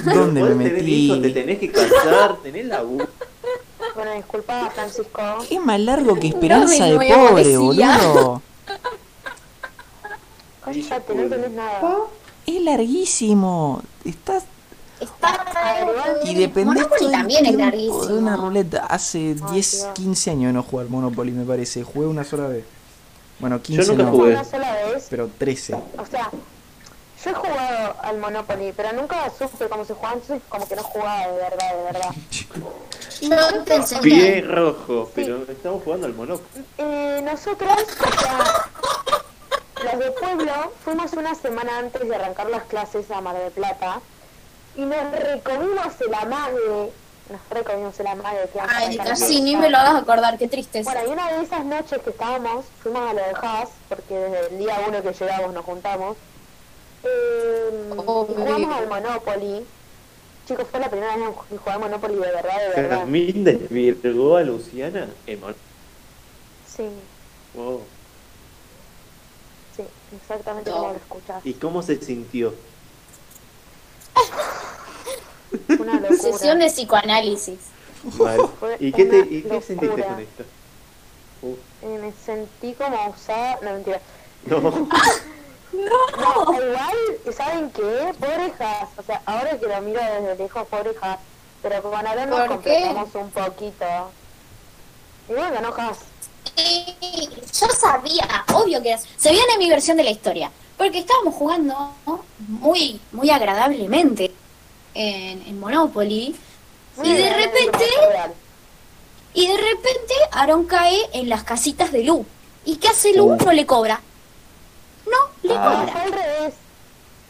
Speaker 1: ¿Dónde me
Speaker 2: Podés tener hijos, te
Speaker 1: metí?
Speaker 2: tenés que casar, tenés laburo.
Speaker 3: Bueno, disculpa, Francisco.
Speaker 1: Qué más largo que Esperanza
Speaker 4: de
Speaker 1: de
Speaker 4: nuevo,
Speaker 1: Pobre,
Speaker 4: decía.
Speaker 1: boludo.
Speaker 3: Cállate, no tenés nada.
Speaker 1: Es larguísimo. Estás
Speaker 4: Está
Speaker 1: y dependés todo
Speaker 4: Monopoly
Speaker 1: el
Speaker 4: también es
Speaker 1: tiempo de una
Speaker 4: larguísimo.
Speaker 1: ruleta. Hace
Speaker 3: Ay,
Speaker 1: 10,
Speaker 3: Dios.
Speaker 1: 15 años no jugué al Monopoly, me parece. Jugué una sola vez. Bueno, 15
Speaker 2: nunca
Speaker 1: no,
Speaker 2: jugué.
Speaker 3: Una sola vez.
Speaker 1: pero 13.
Speaker 3: O sea, yo he jugado al Monopoly, pero nunca supe cómo se jugaba, entonces como que no jugaba de verdad, de verdad.
Speaker 4: No te
Speaker 2: Pie
Speaker 4: enseñé.
Speaker 2: rojo, pero estamos jugando al Monopoly.
Speaker 3: Eh, nosotros, o sea, los de pueblo, fuimos una semana antes de arrancar las clases a Mar del Plata y nos recomimos el amague. Nos recomimos el amague. que íbamos a
Speaker 4: Ay,
Speaker 3: arrancar las
Speaker 4: casi ni
Speaker 3: clases.
Speaker 4: me lo hagas acordar, qué tristeza.
Speaker 3: Bueno, y una de esas noches que estábamos, fuimos a lo de Haas, porque desde el día uno que llegamos nos juntamos. Eh, y
Speaker 4: Oh,
Speaker 3: jugamos al
Speaker 4: mira.
Speaker 3: Monopoly. Chicos, fue la primera vez que jugué al Monopoly de verdad, de verdad.
Speaker 2: Carmín de Virgo a Luciana. oh. Eh, mon-
Speaker 3: Sí,
Speaker 2: wow.
Speaker 3: sí, exactamente como lo escuchas.
Speaker 2: ¿Y cómo se sintió?
Speaker 3: Una locura.
Speaker 4: Sesión de psicoanálisis.
Speaker 2: Mal.
Speaker 3: Fue
Speaker 2: ¿Y qué, te,
Speaker 3: una
Speaker 2: ¿y qué sentiste
Speaker 3: locura.
Speaker 2: con esto? Uh,
Speaker 3: Eh, me sentí como usada, no mentira.
Speaker 2: no.
Speaker 3: No, igual, ¿saben qué? Pobre Haas, o sea, ahora que lo miro desde lejos, pobre Haas, pero con Aaron nos
Speaker 4: ¿Por qué?
Speaker 3: completamos un poquito. Y bueno, ganó Haas.
Speaker 4: Sí, yo sabía, obvio que era. Se viene mi versión de la historia. Porque estábamos jugando muy, muy agradablemente en, en Monopoly. Y de repente, y de repente Aaron cae en las casitas de Lu. ¿Y qué hace Lu? No le cobra. No le
Speaker 2: Ah.
Speaker 3: No,
Speaker 4: cobra.
Speaker 3: fue al revés,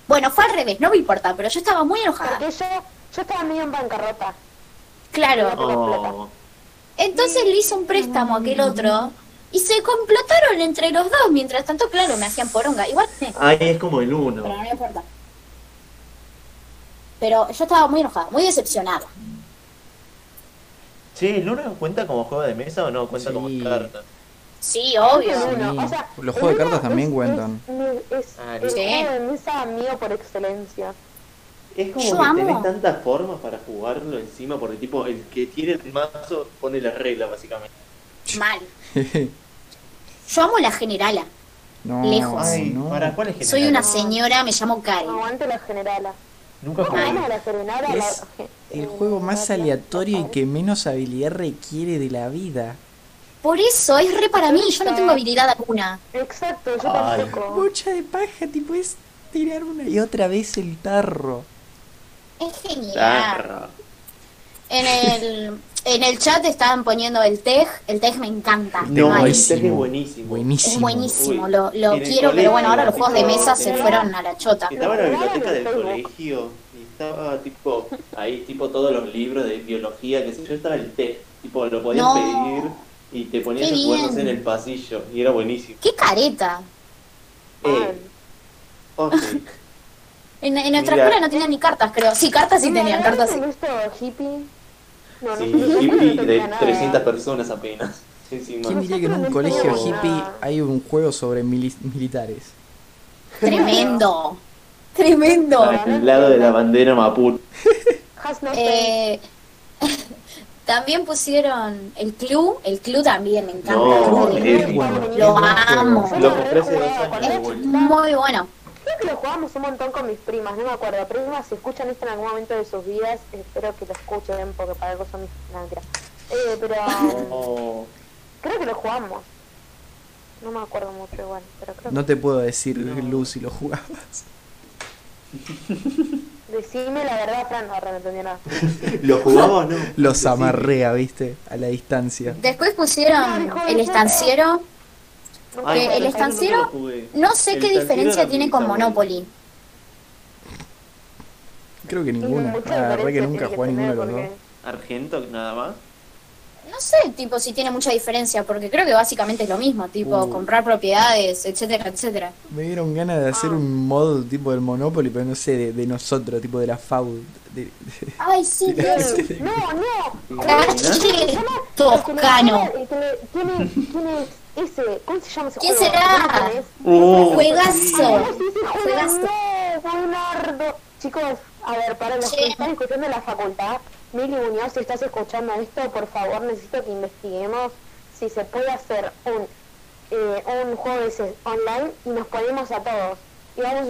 Speaker 4: Bueno, fue al revés, no me importa, pero yo estaba muy enojada.
Speaker 3: porque yo, yo estaba medio en bancarrota.
Speaker 4: Claro.
Speaker 2: Oh.
Speaker 4: Entonces le hizo un préstamo a aquel otro y se complotaron entre los dos. Mientras tanto, claro, me hacían poronga. Igual eh,
Speaker 2: Ay, es como el
Speaker 4: pero no
Speaker 2: uno.
Speaker 4: me importa. Pero yo estaba muy enojada, muy decepcionada.
Speaker 2: Che, ¿el uno cuenta como juego de mesa o no? Cuenta
Speaker 1: Sí.
Speaker 2: como carta.
Speaker 4: Sí,
Speaker 3: Creo
Speaker 4: obvio.
Speaker 3: que no,
Speaker 1: Sí,
Speaker 3: o sea,
Speaker 1: los juegos de
Speaker 3: el
Speaker 1: cartas
Speaker 3: uno
Speaker 1: también
Speaker 3: es-
Speaker 1: cuentan.
Speaker 3: Es, es-
Speaker 2: Ah,
Speaker 3: el
Speaker 4: sí.
Speaker 3: juego de mesa mío por excelencia.
Speaker 2: Es como
Speaker 4: Yo
Speaker 2: que
Speaker 4: amo.
Speaker 2: tenés tantas formas para jugarlo encima, porque tipo, el que tiene el mazo pone la regla, básicamente.
Speaker 4: Mal. Ah. Yo amo la generala.
Speaker 1: No,
Speaker 4: Lejos.
Speaker 1: no.
Speaker 2: ¿para cuál es
Speaker 4: Soy una
Speaker 2: general?
Speaker 4: señora, me llamo Karen.
Speaker 3: Aguante la generala.
Speaker 2: Nunca jugué.
Speaker 3: Bueno, la serenata, la-
Speaker 1: Es el juego más aleatorio y que menos habilidad requiere de la vida.
Speaker 4: Por eso, es re para mí, yo no tengo habilidad alguna.
Speaker 3: Exacto, yo
Speaker 2: Ay.
Speaker 3: tampoco.
Speaker 1: Mucha de paja, tipo es tirar una y otra vez el tarro.
Speaker 4: Es genial.
Speaker 2: Tarro.
Speaker 4: En el, en el chat estaban poniendo el tej, el tej me encanta.
Speaker 2: No,
Speaker 4: mal.
Speaker 2: el
Speaker 1: buenísimo.
Speaker 2: Tech es buenísimo.
Speaker 1: Buenísimo.
Speaker 4: es buenísimo,
Speaker 2: Uy,
Speaker 4: lo, lo
Speaker 2: en el
Speaker 4: quiero, pero bueno, ahora los
Speaker 2: colegio,
Speaker 4: juegos de mesa se
Speaker 2: tenía-
Speaker 4: fueron a la chota.
Speaker 2: Estaba en la biblioteca del
Speaker 3: Facebook.
Speaker 2: colegio y estaba tipo ahí, tipo todos los libros de biología, que sé yo, estaba el té, tipo lo podías
Speaker 4: No.
Speaker 2: pedir y te ponías
Speaker 4: Qué
Speaker 2: a jugar, no sé,
Speaker 4: bien.
Speaker 2: en el pasillo y era buenísimo.
Speaker 4: ¡Qué careta!
Speaker 2: Eh, oh, ok.
Speaker 4: En, en nuestra
Speaker 2: Mira.
Speaker 4: escuela no tenían ni cartas, creo. Sí, cartas sí tenían, cartas sí.
Speaker 3: ¿Has visto hippie? No,
Speaker 2: Sí,
Speaker 3: no sé,
Speaker 2: hippie
Speaker 3: no
Speaker 2: de
Speaker 3: tenía nada.
Speaker 2: 300 personas apenas. Encima.
Speaker 1: ¿Quién diría que en un
Speaker 3: Nosotros no
Speaker 1: colegio
Speaker 3: sabemos
Speaker 1: hippie
Speaker 3: nada.
Speaker 1: hay un juego sobre mili- militares?
Speaker 4: Tremendo. Tremendo.
Speaker 2: Al lado de la bandera mapuche.
Speaker 3: Has no
Speaker 4: Eh, también pusieron el club, el club también me encanta.
Speaker 2: No,
Speaker 4: el club
Speaker 3: es
Speaker 4: de club.
Speaker 1: bueno,
Speaker 4: Lo
Speaker 1: es buen
Speaker 4: amo.
Speaker 1: juego.
Speaker 2: Lo compré hace dos años de
Speaker 4: es
Speaker 2: vuelta.
Speaker 4: muy bueno.
Speaker 3: Creo que lo jugamos un montón con mis primas, no me acuerdo. Primas, si escuchan esto en algún momento de sus vidas, espero que lo escuchen porque para algo son mis... No, mentira. Eh, pero
Speaker 2: No.
Speaker 3: creo que lo jugamos. No me acuerdo mucho igual, pero creo
Speaker 1: No te puedo decir,
Speaker 2: No.
Speaker 1: Luz, si lo jugabas.
Speaker 3: que... Decime la verdad, Fran, no, ahora no entendí nada.
Speaker 2: ¿Lo jugamos no?
Speaker 1: Los amarrea, viste, a la distancia.
Speaker 4: Después pusieron el estanciero.
Speaker 3: Nunca
Speaker 2: Ay,
Speaker 4: Que
Speaker 3: me
Speaker 4: Eh, el
Speaker 2: no,
Speaker 3: acuerdo.
Speaker 4: estanciero-
Speaker 2: yo nunca lo jugué.
Speaker 4: No
Speaker 2: El
Speaker 4: sé qué
Speaker 2: estanciero
Speaker 4: diferencia
Speaker 2: era
Speaker 4: tiene con
Speaker 2: muy bueno.
Speaker 4: Monopoly.
Speaker 1: Creo que
Speaker 3: Y
Speaker 1: ninguna. Ah,
Speaker 3: mucha
Speaker 1: La verdad que
Speaker 3: diferencia
Speaker 1: nunca
Speaker 3: tiene
Speaker 1: jugué a ninguno de los
Speaker 3: tener,
Speaker 1: dos.
Speaker 2: Argento, nada más.
Speaker 4: No sé, tipo, si tiene mucha diferencia, porque creo que básicamente es lo mismo, tipo,
Speaker 2: Uh.
Speaker 4: comprar propiedades, etcétera, etcétera.
Speaker 1: Me dieron ganas de hacer
Speaker 3: Ah.
Speaker 1: un mod tipo del Monopoly, pero no sé, de, de nosotros, tipo de la FAU. de- de-
Speaker 4: Ay, sí, Dios.
Speaker 3: porque- No, no,
Speaker 4: Calle
Speaker 3: Toscano.
Speaker 4: Toscano.
Speaker 3: ¿Quién, ¿Quién es ese? ¿Cómo se llama ese
Speaker 4: ¿Quién
Speaker 3: juego?
Speaker 4: será?
Speaker 3: ¿No lo tenés?
Speaker 2: Oh,
Speaker 4: Juegazo.
Speaker 3: Ah, sí, sí, juego,
Speaker 4: Juegazo.
Speaker 3: no, Leonardo. Chicos, a ver, para los que
Speaker 4: Sí.
Speaker 3: están escuchando en la facultad, Mili Muñoz, si estás escuchando esto, por favor, necesito que investiguemos si se puede hacer un, eh, un juego de ese online y nos ponemos a todos. Y vamos,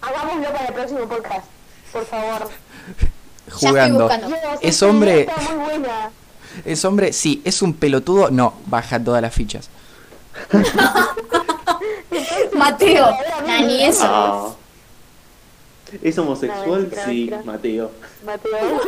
Speaker 3: hagámoslo para el próximo podcast, por favor.
Speaker 1: jugando.
Speaker 4: buscando.
Speaker 3: Dios,
Speaker 1: Es
Speaker 3: esta
Speaker 1: hombre.
Speaker 3: idea Está muy buena.
Speaker 1: Es hombre, sí, es un pelotudo. No, baja todas las fichas.
Speaker 4: Mateo. Nah, ni eso.
Speaker 2: Ah. ¿Es
Speaker 3: No,
Speaker 2: homosexual?
Speaker 3: mentira,
Speaker 2: sí,
Speaker 3: mentira.
Speaker 2: Mateo.
Speaker 3: Mateo.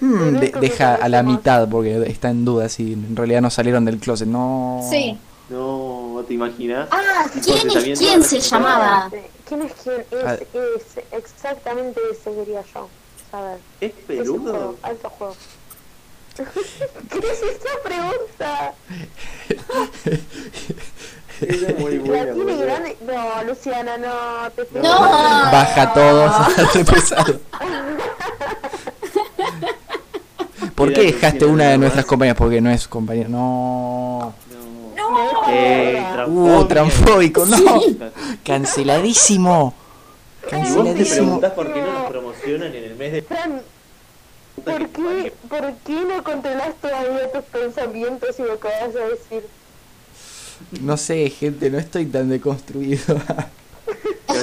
Speaker 1: Mm,
Speaker 3: Pero
Speaker 1: Hmm, de-
Speaker 3: esto que
Speaker 1: deja a la
Speaker 3: conocemos.
Speaker 1: mitad porque está en duda si en realidad no salieron del closet. No.
Speaker 4: Sí.
Speaker 2: No, ¿te imaginas?
Speaker 4: Ah, ¿quién
Speaker 2: Porque
Speaker 4: es
Speaker 2: también
Speaker 4: quién
Speaker 2: todas
Speaker 4: se
Speaker 2: las-
Speaker 4: llamaba?
Speaker 3: ¿Quién es quién?
Speaker 1: Ah.
Speaker 3: Es, es exactamente ese diría yo. A ver.
Speaker 2: ¿Es
Speaker 3: Es un juego,
Speaker 2: peludo?
Speaker 3: alto juego. ¿Qué es esa pregunta?
Speaker 2: Era muy
Speaker 3: La
Speaker 2: buena,
Speaker 3: tiene
Speaker 2: boludo.
Speaker 3: grande. No, Luciana, no, te estoy-
Speaker 4: No.
Speaker 1: Baja todos. repesado. ¿Por qué
Speaker 2: Mira,
Speaker 1: dejaste
Speaker 2: Cristina,
Speaker 1: una
Speaker 2: nada
Speaker 1: de nuestras
Speaker 2: más.
Speaker 1: compañeras? Porque no es compañera. No.
Speaker 2: No.
Speaker 3: Me dejo
Speaker 2: Eh,
Speaker 3: ahora.
Speaker 1: Uh, transfóbico, no.
Speaker 4: Sí.
Speaker 1: Canceladísimo.
Speaker 2: Y vos te
Speaker 1: Canceladísimo.
Speaker 2: preguntás por qué no nos promocionan en el mes de...
Speaker 3: Fran, ¿por qué, ¿por qué no controlás todavía tus pensamientos y lo que vas a decir?
Speaker 1: No sé, gente, no estoy tan deconstruido.
Speaker 2: Pero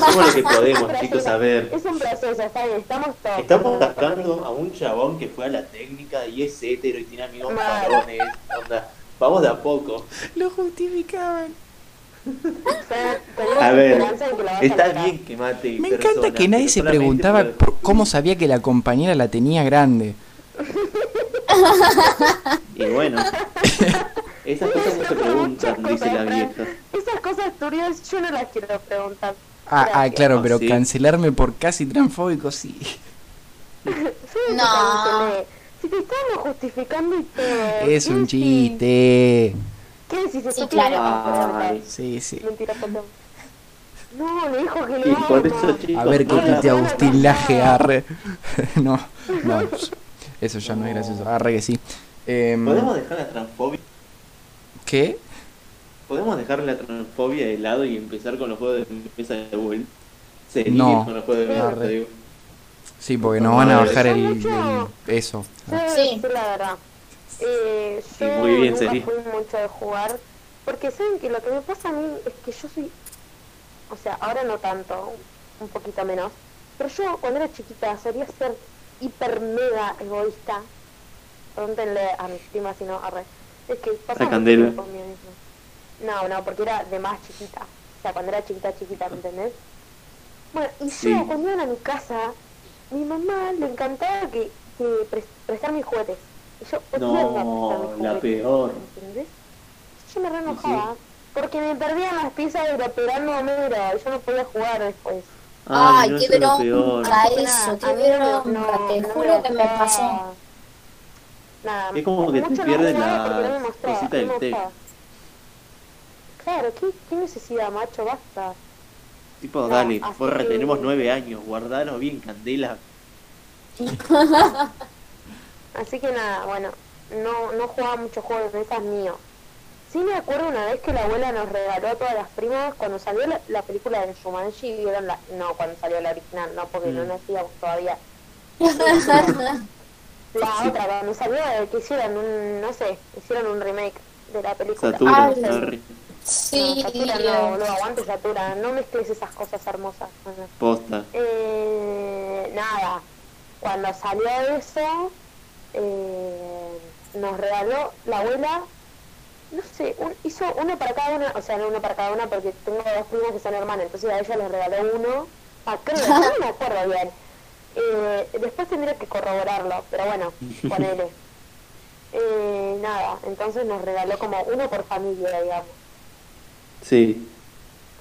Speaker 2: hacemos lo que podemos,
Speaker 3: Pero
Speaker 2: chicos,
Speaker 3: sí,
Speaker 2: a ver.
Speaker 3: Es un proceso, está bien, estamos todos.
Speaker 2: Estamos atacando a un chabón que fue a la técnica y es hétero y tiene amigos
Speaker 3: Mal.
Speaker 2: varones. Onda, vamos de a poco.
Speaker 1: Lo justificaban.
Speaker 3: Fran, tenemos
Speaker 2: A ver,
Speaker 3: esperanza de que la vas a
Speaker 2: está
Speaker 3: lograr.
Speaker 2: bien que mate.
Speaker 1: Me
Speaker 2: personas,
Speaker 1: encanta que nadie
Speaker 2: pero
Speaker 1: se
Speaker 2: solamente
Speaker 1: preguntaba
Speaker 2: por-
Speaker 1: por cómo sabía que la compañera la tenía grande.
Speaker 2: Y bueno, esas cosas no se preguntan, dice la vieja.
Speaker 3: Esas cosas turbias yo no las quiero preguntar.
Speaker 1: Ah, ah,
Speaker 3: Gracias.
Speaker 1: claro,
Speaker 2: Ah,
Speaker 1: pero
Speaker 2: sí.
Speaker 1: cancelarme por casi transfóbico, sí.
Speaker 3: Sí, te
Speaker 4: No.
Speaker 3: cancelé. Si te estamos justificando y todo.
Speaker 1: Es un
Speaker 3: Sí, sí.
Speaker 1: chiste.
Speaker 3: ¿Qué decís?
Speaker 4: Sí,
Speaker 3: Estúpida,
Speaker 4: claro.
Speaker 2: Ay.
Speaker 1: Sí, sí.
Speaker 3: Mentira, perdón. No, le dijo que le
Speaker 2: Y por eso,
Speaker 3: amo.
Speaker 2: chicos,
Speaker 1: A ver qué
Speaker 2: no la-
Speaker 1: dice
Speaker 3: no, no,
Speaker 1: Agustín
Speaker 3: no.
Speaker 1: Laje, arre. No, no. Eso ya no es gracioso. Arre que sí. Em,
Speaker 2: podemos dejar la transfobia,
Speaker 1: ¿Qué?
Speaker 2: podemos dejar la transfobia de lado y empezar con los juegos de mesa de vuelta. Seguir
Speaker 1: No.
Speaker 2: con los juegos de mesa,
Speaker 1: Arre.
Speaker 2: te digo.
Speaker 1: Sí, porque nos van a bajar el, el- eso.
Speaker 3: Yo voy a
Speaker 4: Sí.
Speaker 3: decir Ah, la verdad. Eh,
Speaker 2: Sí,
Speaker 3: yo
Speaker 2: muy bien,
Speaker 3: nunca
Speaker 2: Celi.
Speaker 3: fui mucho de jugar. Porque saben que lo que me pasa a mí es que yo soy. O sea, ahora no tanto. un poquito menos. Pero yo cuando era chiquita solía ser hiper mega egoísta. Pregúntenle a mis primas si no, arre. Es que pasaba mucho
Speaker 2: Candela.
Speaker 3: tiempo conmigo misma. No, no, porque era de más chiquita. O sea, cuando era chiquita, chiquita, ¿me entendés? Bueno, y
Speaker 2: Sí.
Speaker 3: yo cuando iban a mi casa, mi mamá le encantaba que, que pres- prestar mis juguetes. Y yo pues, odiaba prestar
Speaker 2: No,
Speaker 3: mis
Speaker 2: la
Speaker 3: juguetes.
Speaker 2: peor.
Speaker 3: ¿entendés? Yo me re enojaba porque me perdían las piezas de la Perano Mera y yo no podía jugar después.
Speaker 4: Ay,
Speaker 2: no,
Speaker 4: qué
Speaker 2: eso es lo peor.
Speaker 4: bronca
Speaker 3: A
Speaker 4: eso, qué
Speaker 3: mí no me-
Speaker 4: bronca. Te
Speaker 3: no me
Speaker 4: juro que me
Speaker 3: gustaba.
Speaker 4: pasó.
Speaker 3: Nada,
Speaker 2: Es como que te
Speaker 3: mucho no
Speaker 2: pierdes
Speaker 3: jugaba porque
Speaker 2: la
Speaker 3: me mostraba,
Speaker 2: cosita
Speaker 3: no
Speaker 2: del
Speaker 3: me
Speaker 2: té.
Speaker 3: gustaba. Claro, ¿qué, qué necesidad, macho? Basta.
Speaker 2: Tipo,
Speaker 3: No,
Speaker 2: dale,
Speaker 3: así
Speaker 2: porra,
Speaker 3: que-
Speaker 2: tenemos nueve años, guardanos bien, Candela.
Speaker 3: Así que nada, bueno, no, no jugaba muchos juegos de esas mío. Sí me acuerdo una vez que la abuela nos regaló a todas las primas cuando salió la, la película de Shumanji vieron la... No, cuando salió la original, no, porque
Speaker 2: Mm.
Speaker 3: no nacíamos todavía. La
Speaker 2: Sí.
Speaker 3: otra, cuando salió, eh, que hicieron un, no sé, hicieron un remake de la película.
Speaker 2: Satura,
Speaker 4: Ah, la-
Speaker 2: sorry.
Speaker 4: sí,
Speaker 3: No, Satura no, no, aguante Satura, no mezcles esas cosas hermosas. Bueno.
Speaker 2: Posta.
Speaker 3: Eh, nada, cuando salió eso, eh, nos regaló la abuela, no sé, un- hizo uno para cada una, o sea, no uno para cada una porque tengo dos primas que son hermanas, entonces a ella les regaló uno, a creo, no me acuerdo bien. Eh, después tendría que corroborarlo, pero bueno, ponele. Eh, nada, entonces nos regaló como uno por familia, digamos.
Speaker 2: Sí.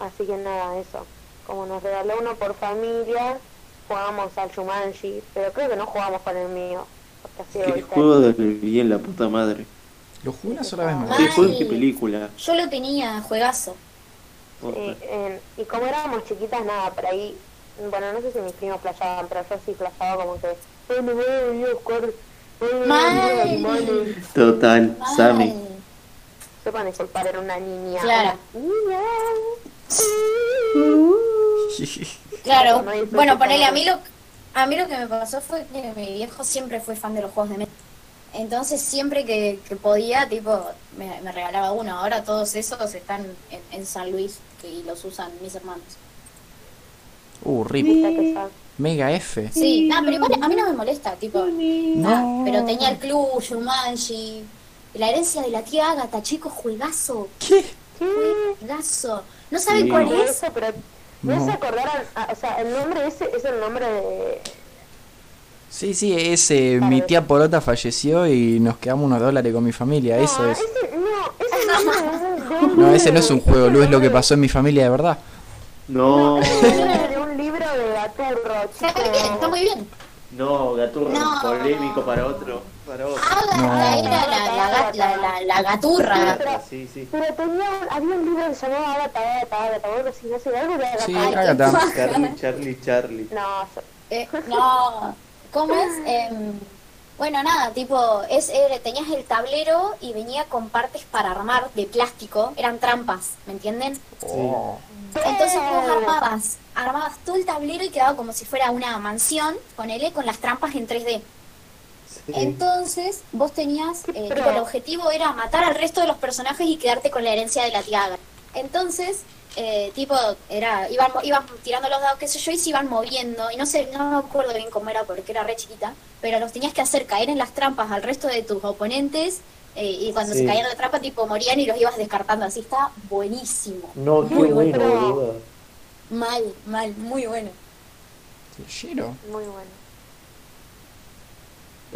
Speaker 3: Así que nada, eso. Como nos regaló uno por familia, jugamos al Shumanji, pero creo que no jugamos con el mío. Porque así
Speaker 2: Qué
Speaker 3: egoísta.
Speaker 2: juego de bien, la puta madre.
Speaker 1: Lo jugué una sola vez más.
Speaker 2: Qué
Speaker 4: Mal.
Speaker 2: juego y qué película.
Speaker 4: Yo lo tenía, juegazo.
Speaker 2: Posta.
Speaker 3: Eh, eh, y como éramos chiquitas, nada, por ahí, bueno, no sé si mis primos playaban, pero yo sí playaba como que, "Ay, me voy a venir a jugar, ay, me voy a venir a
Speaker 4: Mal.
Speaker 3: animales".
Speaker 2: Total, Sammy.
Speaker 4: Ay,
Speaker 3: Sepan disculpar, era una niña.
Speaker 4: Claro.
Speaker 3: una niña.
Speaker 4: Claro.
Speaker 3: No hay
Speaker 4: Bueno,
Speaker 3: problema.
Speaker 4: ponele a mí lo a mí lo que me pasó fue que mi viejo siempre fue fan de los juegos de mesa. Entonces siempre que, que podía, tipo, me, me regalaba uno. Ahora todos esos están en, en San Luis que- y los usan mis hermanos.
Speaker 1: Uh, rip.
Speaker 3: Ya que ya.
Speaker 1: Mega F.
Speaker 4: Sí, nada, pero igual a mí no me molesta, tipo,
Speaker 1: No.
Speaker 4: nada. Ah, Pero tenía el club, Shumanji, la herencia de la tía Agatha, chicos, juegazo,
Speaker 1: ¿Qué?
Speaker 3: ¿Qué?
Speaker 4: juegazo. ¿No saben
Speaker 2: Sí.
Speaker 4: cuál
Speaker 3: Por
Speaker 4: es?
Speaker 3: eso, pero me
Speaker 1: No.
Speaker 3: hace acordar, a- a- ah, o sea, el nombre ese es el nombre de,
Speaker 1: Sí, sí, es eh, mi tía Porota falleció y nos quedamos unos dólares con mi familia, eso
Speaker 3: No,
Speaker 1: es.
Speaker 3: ese- no, ese no es un- de un
Speaker 1: No, ese no es un
Speaker 3: libro.
Speaker 1: juego,
Speaker 3: Ese
Speaker 1: Lu, es lo que
Speaker 3: nombre-
Speaker 1: pasó en mi familia de verdad.
Speaker 2: No,
Speaker 3: Era de un libro de Gaturro,
Speaker 4: Está muy bien, está
Speaker 3: chicos.
Speaker 4: muy bien.
Speaker 2: no, Gaturro,
Speaker 4: No.
Speaker 2: polémico para otro. Para otro.
Speaker 4: Agatha
Speaker 1: No.
Speaker 4: era la, la, gat- la, la, la gaturra.
Speaker 3: pero-
Speaker 2: Ah, Sí, sí.
Speaker 3: Pero tenía, había un libro que se llamaba Agatha, Agatha, Agatha, o algo así, no sé, algo de Agatha.
Speaker 1: Sí,
Speaker 4: Ay, qué
Speaker 1: Agatha.
Speaker 4: paja.
Speaker 2: Charlie, Charlie, Charlie.
Speaker 3: No, so-
Speaker 4: Eh, no, ¿cómo es? Em, bueno, nada, tipo, es, era- tenías el tablero y venía con partes para armar de plástico, eran trampas, ¿me entienden?
Speaker 1: Oh.
Speaker 4: Entonces vos armabas, armabas todo el tablero y quedaba como si fuera una mansión, ponele, con las trampas en 3D.
Speaker 2: Sí.
Speaker 4: Entonces vos tenías, eh,
Speaker 3: Pero-
Speaker 4: tipo, el objetivo era matar al resto de los personajes y quedarte con la herencia de la tía Agatha. Entonces, eh, tipo, era, iban, iban tirando los dados, qué sé yo, y se iban moviendo. Y no sé, no me acuerdo bien cómo era porque era re chiquita, pero los tenías que hacer caer en las trampas al resto de tus oponentes. eh, y cuando
Speaker 2: Sí.
Speaker 4: se caían en la trampa, tipo, morían y los ibas descartando. Así está buenísimo.
Speaker 2: No,
Speaker 3: qué Muy bueno, bueno. boluda.
Speaker 4: Mal, mal, muy bueno.
Speaker 1: Giro.
Speaker 3: muy bueno.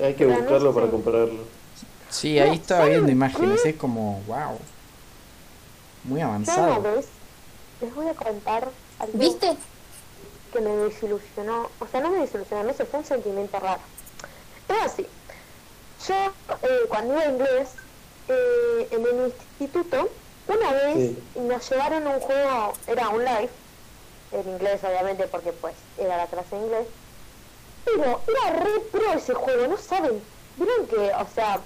Speaker 2: Hay que
Speaker 3: Pero no buscarlo sé. para
Speaker 2: comprarlo.
Speaker 1: Sí, ahí estaba viendo imágenes, es como, wow. Muy
Speaker 3: Ya una
Speaker 1: avanzado.
Speaker 3: vez les voy a contar algo
Speaker 4: ¿Viste?
Speaker 3: que me desilusionó. O sea, no me desilusionó, me fue un sentimiento raro. Era así. Yo, eh, cuando iba a inglés, eh, en el instituto, una vez
Speaker 2: Sí.
Speaker 3: nos llevaron un juego, era un live, en inglés obviamente, porque pues era la clase de inglés, pero era re pro ese juego, ¿no saben? Vieron que, o sea,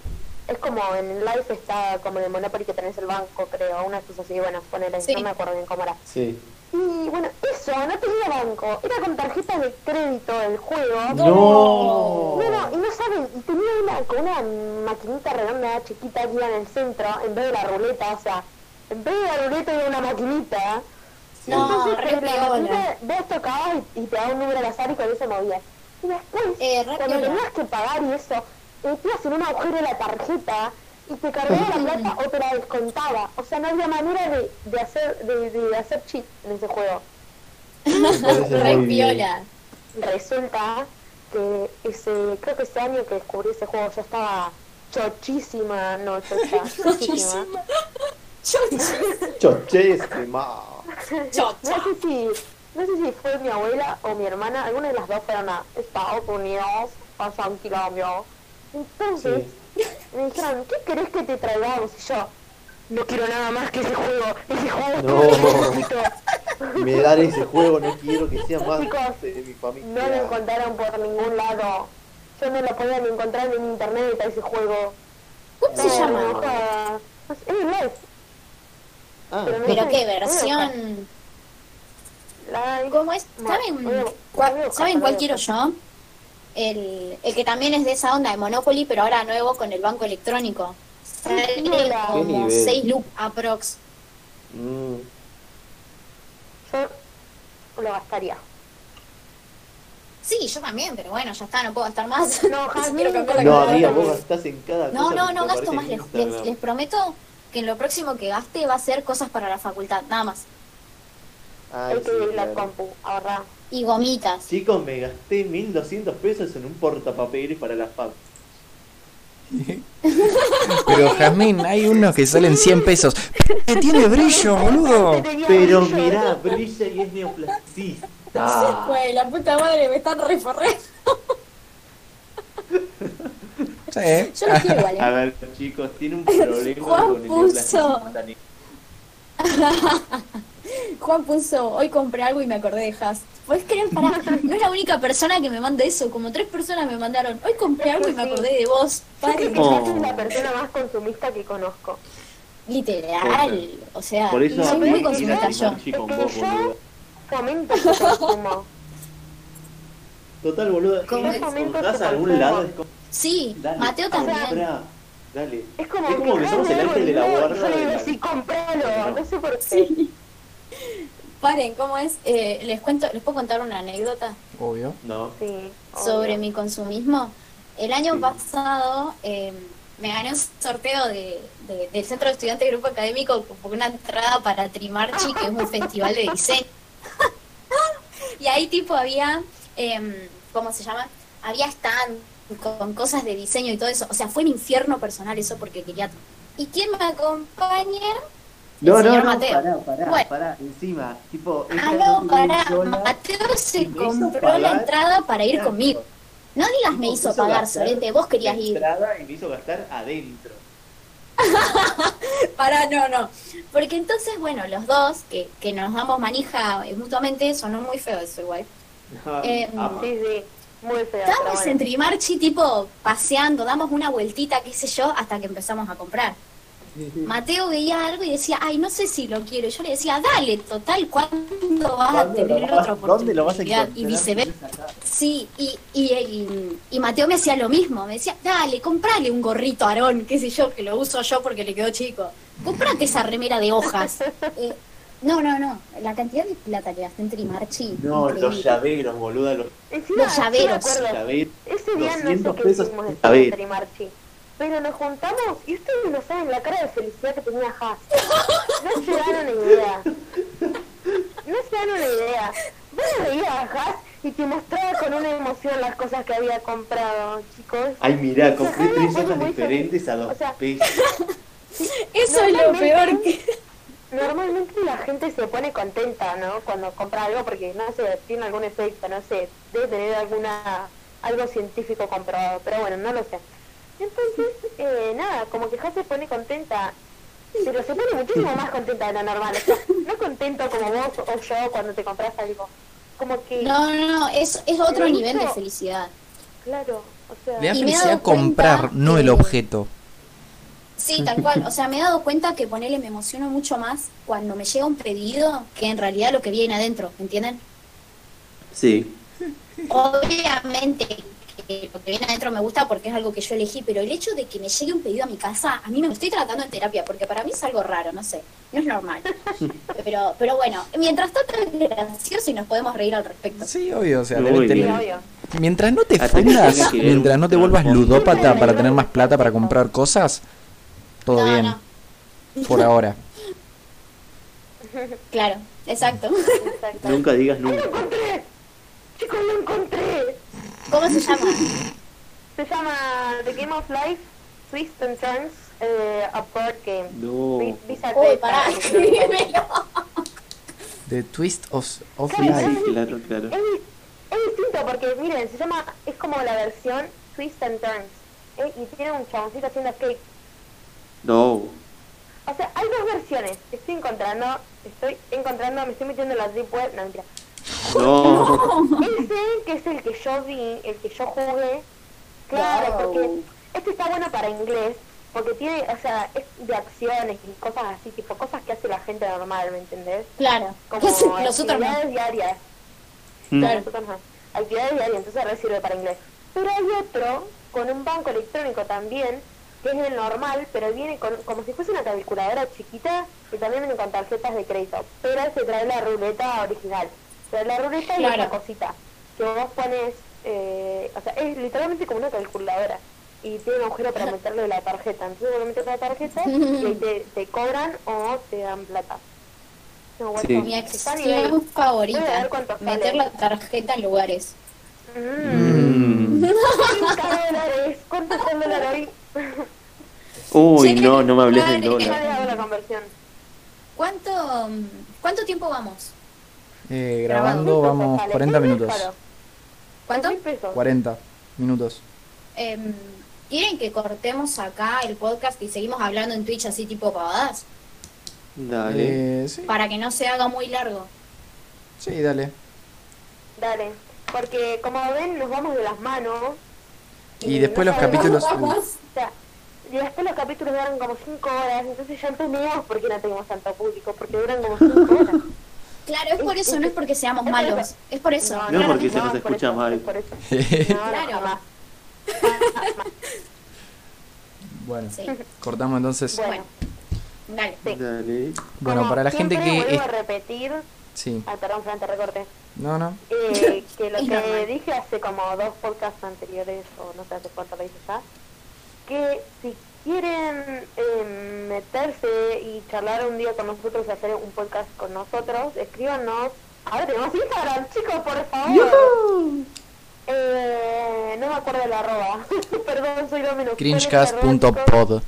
Speaker 3: es como en Life está como en el Monopoly que tenés el banco, creo, una cosa así, bueno, ponele,
Speaker 4: Sí.
Speaker 3: no me acuerdo bien cómo era.
Speaker 2: Sí.
Speaker 3: Y bueno, eso, no tenía banco, era con tarjetas de crédito el juego.
Speaker 2: No.
Speaker 3: No, no, y no saben, y tenía una, con una maquinita redonda chiquita que iba en el centro, en vez de la ruleta, o sea, en vez de la ruleta era una maquinita,
Speaker 4: No,
Speaker 3: Entonces,
Speaker 4: re
Speaker 3: por ejemplo,
Speaker 4: piola.
Speaker 3: imagínate, vos tocabas y, y te daba un número al azar y con eso movías. Y después,
Speaker 4: Eh, re
Speaker 3: cuando
Speaker 4: piola.
Speaker 3: tenías que pagar y eso, te metías en un agujero la tarjeta y te cargaba la plata o te la descontaba. O sea, no había manera de, de hacer de, de hacer cheat en ese juego.
Speaker 4: Re piola.
Speaker 3: Resulta que ese, creo que ese año que descubrí ese juego yo estaba chochísima, no chocha, chochísima.
Speaker 2: Chochésima.
Speaker 3: No
Speaker 4: Chocha.
Speaker 3: sé si, no sé si fue mi abuela o mi hermana, alguna de las dos fueron a Estados Unidos, pasan Colombia. Entonces, me dijeron, ¿qué querés que te traigamos? Y yo, no quiero nada más que ese juego, ese juego es
Speaker 2: No.
Speaker 3: todo lo que necesito".
Speaker 2: Me dan ese juego, no quiero que sea más
Speaker 3: Chicos,
Speaker 2: de mi familia.
Speaker 3: No lo encontraron por ningún lado. Yo no lo podía ni encontrar en internet ese juego.
Speaker 4: ¿Cómo se
Speaker 3: No,
Speaker 4: llama?
Speaker 3: no estaba- no sé, en inglés,
Speaker 2: Ah,
Speaker 3: pero no
Speaker 4: Pero
Speaker 3: sé,
Speaker 4: qué
Speaker 3: no era-
Speaker 4: versión.
Speaker 3: la-
Speaker 4: ¿Cómo es?
Speaker 3: No,
Speaker 4: ¿Saben,
Speaker 3: no,
Speaker 4: cua-
Speaker 3: no, no,
Speaker 4: ¿saben
Speaker 3: no,
Speaker 4: cuál
Speaker 3: no.
Speaker 4: quiero yo? El, el que también es de esa onda de Monopoly, pero ahora nuevo con el banco electrónico. Sale
Speaker 3: piola.
Speaker 2: Qué
Speaker 4: como
Speaker 2: nivel.
Speaker 4: 6 loop aprox.
Speaker 2: mm,
Speaker 3: yo lo gastaría.
Speaker 4: Sí, yo también, pero bueno, ya está, no puedo gastar más.
Speaker 3: No, Jasmine,
Speaker 4: Quiero cambiar la
Speaker 2: No,
Speaker 4: cara.
Speaker 2: amiga, vos gastás en cada
Speaker 4: no,
Speaker 2: cosa.
Speaker 4: no,
Speaker 2: que
Speaker 4: no
Speaker 2: te
Speaker 4: gasto
Speaker 2: aparece
Speaker 4: más.
Speaker 2: en
Speaker 4: Les,
Speaker 2: Instagram.
Speaker 4: les- les prometo que lo próximo que gaste va a ser cosas para la facultad, nada más.
Speaker 2: Ay,
Speaker 3: Hay que
Speaker 2: sí,
Speaker 3: ir la
Speaker 2: claro.
Speaker 3: compu, ahorrar.
Speaker 4: Y gomitas.
Speaker 2: Chicos, me gasté 1200 pesos en un portapapeles para la FAP.
Speaker 1: Pero Jazmín, hay unos que salen 100 pesos. ¡Que tiene brillo, boludo!
Speaker 2: Pero mirá, brilla y es neoplasticista.
Speaker 4: Güey, la puta madre me están reforrando.
Speaker 1: Sí.
Speaker 4: Yo lo quiero igual.
Speaker 2: A
Speaker 4: ¿eh?
Speaker 2: ver, chicos, tiene un problema
Speaker 4: Juan
Speaker 2: con el neoplasticista.
Speaker 4: puso. Juan puso, hoy compré algo y me acordé de Has. ¿Podés creer? Pará, no es la única persona que me manda eso. Como tres personas me mandaron, hoy compré algo y me acordé de vos. Paren.
Speaker 2: Oh.
Speaker 3: Ella es la persona más consumista que conozco.
Speaker 4: Literal. O sea,
Speaker 2: Por eso
Speaker 4: soy
Speaker 2: hablé
Speaker 4: muy
Speaker 2: y la
Speaker 4: consumista yo.
Speaker 2: Timarchi con vos, boludo.
Speaker 3: Fomento su consumo.
Speaker 2: Total, boludo,
Speaker 4: ¿Cómo es?
Speaker 2: ¿encontrás a algún lado? Es como,
Speaker 4: Sí,
Speaker 2: dale,
Speaker 4: Mateo también.
Speaker 2: comprá, Dale.
Speaker 3: Es como,
Speaker 2: que
Speaker 3: "Dejame
Speaker 2: somos el
Speaker 3: algo
Speaker 2: ángel de la
Speaker 3: nuevo".
Speaker 2: guarda.
Speaker 3: Yo le
Speaker 2: de
Speaker 3: digo,
Speaker 2: la-
Speaker 3: sí, compralo. No sé por qué.
Speaker 4: Paren, ¿cómo es? Eh, les cuento, les puedo contar una anécdota.
Speaker 1: Obvio.
Speaker 2: No.
Speaker 3: Sí,
Speaker 4: sobre
Speaker 3: obvio.
Speaker 4: mi consumismo. El año
Speaker 2: Sí.
Speaker 4: pasado eh, me gané un sorteo de, de- del Centro de Estudiantes Grupo Académico por una entrada para Trimarchi, que es un festival de diseño. y ahí tipo había, eh, ¿cómo se llama? Había stand con cosas de diseño y todo eso. O sea, fue un infierno personal eso porque quería... ¿Y quién me acompaña? El
Speaker 2: No, no,
Speaker 4: señor
Speaker 2: no,
Speaker 4: Mateo.
Speaker 2: pará, pará,
Speaker 4: Bueno.
Speaker 2: pará, encima, tipo, ella
Speaker 4: Ah,
Speaker 2: no
Speaker 4: no,
Speaker 2: tiene
Speaker 4: pará,
Speaker 2: sola,
Speaker 4: Mateo
Speaker 2: y
Speaker 4: se
Speaker 2: me hizo
Speaker 4: compró la
Speaker 2: pagar.
Speaker 4: entrada para ir
Speaker 2: Claro.
Speaker 4: conmigo. No digas me
Speaker 2: Tipo,
Speaker 4: hizo pagar,
Speaker 2: gastar
Speaker 4: Sorete, vos querías
Speaker 2: la
Speaker 4: ir.
Speaker 2: entrada Y me hizo gastar adentro.
Speaker 4: Para, no, no. Porque entonces, bueno, los dos que, que nos damos manija eh, mutuamente, sonó muy feo eso igual. Eh,
Speaker 2: Ama.
Speaker 3: Sí, sí. Muy feo. pero
Speaker 4: Estábamos
Speaker 3: bueno.
Speaker 4: en Trimarchi, tipo, paseando, damos una vueltita, qué sé yo, hasta que empezamos a comprar.
Speaker 2: Mm.
Speaker 4: Mateo veía algo y decía, ay, no sé si lo quiero. Y yo le decía, dale, total, ¿cuándo vas a
Speaker 2: ¿Dónde lo
Speaker 4: tener
Speaker 2: vas-
Speaker 4: otra oportunidad?
Speaker 2: ¿Dónde lo vas a encontrar?
Speaker 4: y viceversa.
Speaker 2: Acá.
Speaker 4: Sí, y, y, y- y Mateo me hacía lo mismo, me decía, dale, comprale un gorrito a Aarón, qué sé yo, que lo uso yo porque le quedó chico. Comprate esa remera de hojas. Eh, no, no, no, la cantidad de plata que gasté en Trimarchi.
Speaker 2: No,
Speaker 4: increíble.
Speaker 2: los llaveros, boluda, los
Speaker 3: Encima,
Speaker 4: Los
Speaker 3: yo me
Speaker 4: llaveros.
Speaker 3: acuerdo,
Speaker 2: llaveros.
Speaker 3: Ese día no
Speaker 2: 200
Speaker 3: sé qué
Speaker 2: pesos por
Speaker 3: hicimos después de
Speaker 2: cabeza.
Speaker 3: Trimarchi. Pero nos juntamos y ustedes no saben la cara de felicidad que tenía Haas. No se dan una idea. No se dan una idea. Vos lo veías a Haas y te mostraba con una emoción las cosas que había comprado, chicos.
Speaker 2: Ay, mirá,
Speaker 3: Los
Speaker 2: compré
Speaker 3: llaveros
Speaker 2: tres
Speaker 3: son
Speaker 2: hojas
Speaker 3: muy
Speaker 2: diferentes a dos
Speaker 3: o sea,
Speaker 2: pesos.
Speaker 4: Eso es lo peor que...
Speaker 3: Normalmente la gente se pone contenta, ¿no? Cuando compra algo porque, no sé, tiene algún efecto, no sé, debe tener alguna algo científico comprobado, pero bueno, no lo sé. Entonces, eh, nada, como que ya se pone contenta, pero se pone muchísimo más contenta de lo normal, o sea, no contento como vos o yo cuando te compras algo, como que,
Speaker 4: No, no, no, es, es otro
Speaker 3: Pero
Speaker 4: nivel de
Speaker 3: eso-
Speaker 4: felicidad.
Speaker 3: claro, o sea...
Speaker 1: Le da
Speaker 4: Y me he dado
Speaker 1: felicidad
Speaker 4: cuenta
Speaker 1: comprar, no el
Speaker 4: que-
Speaker 1: objeto.
Speaker 4: Sí, tal cual. O sea, me he dado cuenta que ponele me emociono mucho más cuando me llega un pedido que en realidad lo que viene adentro, ¿entienden?
Speaker 2: Sí.
Speaker 4: Obviamente que que lo que viene adentro me gusta porque es algo que yo elegí, pero el hecho de que me llegue un pedido a mi casa, a mí me lo estoy tratando en terapia, porque para mí es algo raro, no sé, no es normal. pero, pero bueno, mientras tanto es gracioso y nos podemos reír al respecto.
Speaker 1: Sí, obvio, o sea,
Speaker 2: Muy
Speaker 1: debes
Speaker 2: bien.
Speaker 3: Sí,
Speaker 1: tener-
Speaker 3: obvio.
Speaker 1: mientras no te
Speaker 2: Hasta que tengas
Speaker 1: fundas,
Speaker 2: Ah, que ver un
Speaker 1: mientras no te vuelvas
Speaker 2: trasfondo.
Speaker 1: ludópata para tener más plata para comprar cosas, todo
Speaker 4: No,
Speaker 1: bien, por ahora.
Speaker 4: Claro, exacto.
Speaker 3: Exacto.
Speaker 2: Nunca digas
Speaker 3: ¡Ay, lo
Speaker 2: nunca.
Speaker 3: encontré! ¡Chicos, lo encontré!
Speaker 4: ¿Cómo se llama?
Speaker 3: Se llama The Game of Life, Twists and Turns, eh, a Board Game.
Speaker 2: No.
Speaker 3: Vi- Visa
Speaker 4: Uy,
Speaker 3: Tech.
Speaker 4: pará, escribímelo.
Speaker 1: The twist of, of
Speaker 2: Sí,
Speaker 3: Claro.
Speaker 1: life.
Speaker 2: sí, claro, claro.
Speaker 3: Es, di- es distinto porque, miren, se llama, es como la versión Twist and Turns. eh, y tiene un chaboncito haciendo skate.
Speaker 2: No.
Speaker 3: O sea, hay dos versiones. Estoy encontrando, estoy encontrando, me estoy metiendo en la deep web. No, mentira.
Speaker 2: No.
Speaker 3: Ese, que es el que yo vi, el que yo jugué. Claro,
Speaker 4: Wow.
Speaker 3: porque este está bueno para inglés, porque tiene, o sea, es de acciones y cosas así, tipo cosas que hace la gente normal, ¿me entendés?
Speaker 4: Claro,
Speaker 3: Como
Speaker 4: nosotros no.
Speaker 3: actividades diarias.
Speaker 2: Mm.
Speaker 4: Claro.
Speaker 3: Nosotros no. Actividades diarias, entonces re sirve para inglés. Pero hay otro, con un banco electrónico también, que es el normal, pero viene con, como si fuese una calculadora chiquita y también viene con tarjetas de crédito. Pero se trae la ruleta original. Trae la ruleta y
Speaker 4: Claro.
Speaker 3: otra cosita. Que vos pones, eh, o sea, es literalmente como una calculadora. Y tiene un agujero para meterle la tarjeta. Entonces vos le metes la tarjeta y ahí te, te cobran o te dan plata. No, bueno,
Speaker 2: Sí.
Speaker 4: Mi
Speaker 3: está a nivel-
Speaker 4: acción
Speaker 3: Voy a ver
Speaker 4: favorita,
Speaker 3: cuánto sale.
Speaker 4: meter la tarjeta en lugares.
Speaker 3: Mm.
Speaker 2: Mm.
Speaker 3: Cinco dólares. ¿Cuánto está el dólar hoy?
Speaker 2: Uy, no, no me hables del
Speaker 3: Ya
Speaker 2: dólar.
Speaker 3: le hago la conversión.
Speaker 4: ¿Cuánto, mm, ¿Cuánto tiempo vamos?
Speaker 1: Eh,
Speaker 3: Mil
Speaker 1: grabando
Speaker 3: pesos
Speaker 1: vamos
Speaker 3: sale.
Speaker 1: 40
Speaker 3: Mil
Speaker 1: minutos.
Speaker 3: pesos.
Speaker 4: ¿Cuánto?
Speaker 3: Mil pesos.
Speaker 1: 40 minutos.
Speaker 4: Em, ¿Quieren que cortemos acá el podcast y seguimos hablando en Twitch así tipo pavadas?
Speaker 2: Dale.
Speaker 1: Eh, sí,
Speaker 4: Para que no se haga muy largo.
Speaker 1: sí, dale.
Speaker 3: Dale. Porque como ven, nos vamos de las manos.
Speaker 1: Y después
Speaker 3: no
Speaker 1: los
Speaker 3: sabemos-
Speaker 1: capítulos...
Speaker 3: O sea, y después los capítulos duran como 5 horas. Entonces ya entendemos por qué no tenemos tanto público. Porque duran como 5 horas.
Speaker 4: Claro, es por eso, no es porque seamos
Speaker 3: Es-
Speaker 4: malos. Es por eso.
Speaker 2: No,
Speaker 4: claramente.
Speaker 2: porque se nos
Speaker 3: es por
Speaker 2: escucha
Speaker 3: eso,
Speaker 2: mal.
Speaker 3: es por eso. No, no,
Speaker 4: Claro.
Speaker 3: jamás.
Speaker 1: Bueno,
Speaker 4: Sí.
Speaker 1: cortamos entonces.
Speaker 3: Bueno,
Speaker 4: Bueno, dale.
Speaker 3: sí.
Speaker 2: Dale.
Speaker 1: Bueno,
Speaker 3: Como
Speaker 1: para la gente
Speaker 3: siempre
Speaker 1: que...
Speaker 3: vuelvo a
Speaker 1: es-
Speaker 3: repetir.
Speaker 1: Sí,
Speaker 3: Ah, perdón, Fran, te recorté.
Speaker 1: no, no.
Speaker 3: Eh, que lo
Speaker 4: Es
Speaker 3: que
Speaker 4: normal.
Speaker 3: dije hace como dos podcasts anteriores, o no sé hace cuánto lo dije ya, que si quieren eh, meterse y charlar un día con nosotros y hacer un podcast con nosotros, escríbanos. Ahora tenemos Instagram, chicos, por favor. Eh, no me acuerdo el arroba. Perdón, soy lo menos.
Speaker 1: Cringecast.pod.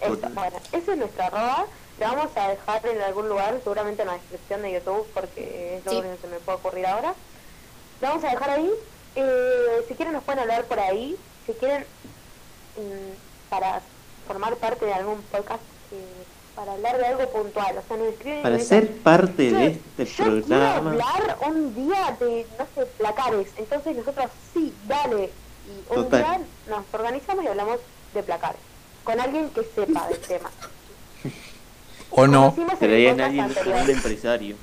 Speaker 3: Eso, bueno, ese es nuestro arroba. Lo vamos a dejar en algún lugar, seguramente en la descripción de YouTube, porque es lo
Speaker 4: Sí.
Speaker 3: único que se me puede ocurrir ahora. Lo vamos a dejar ahí. Eh, si quieren, nos pueden hablar por ahí. Si quieren, mm, para formar parte de algún podcast, eh, para hablar de algo puntual. O sea, nos escriben y
Speaker 2: Para
Speaker 3: nos
Speaker 2: ser parte
Speaker 3: dicen,
Speaker 2: de
Speaker 3: "Che,
Speaker 2: este
Speaker 3: yo quiero
Speaker 2: programa.
Speaker 3: hablar un día de, no sé, placares. Entonces, nosotros sí, dale. Y un
Speaker 2: Total.
Speaker 3: día nos organizamos y hablamos de placares. Con alguien que sepa del tema.
Speaker 1: ¿O no?
Speaker 3: Como hicimos en
Speaker 2: Pero
Speaker 3: el
Speaker 2: ahí a
Speaker 3: podcast
Speaker 2: nadie
Speaker 3: anterior.
Speaker 2: un empresario.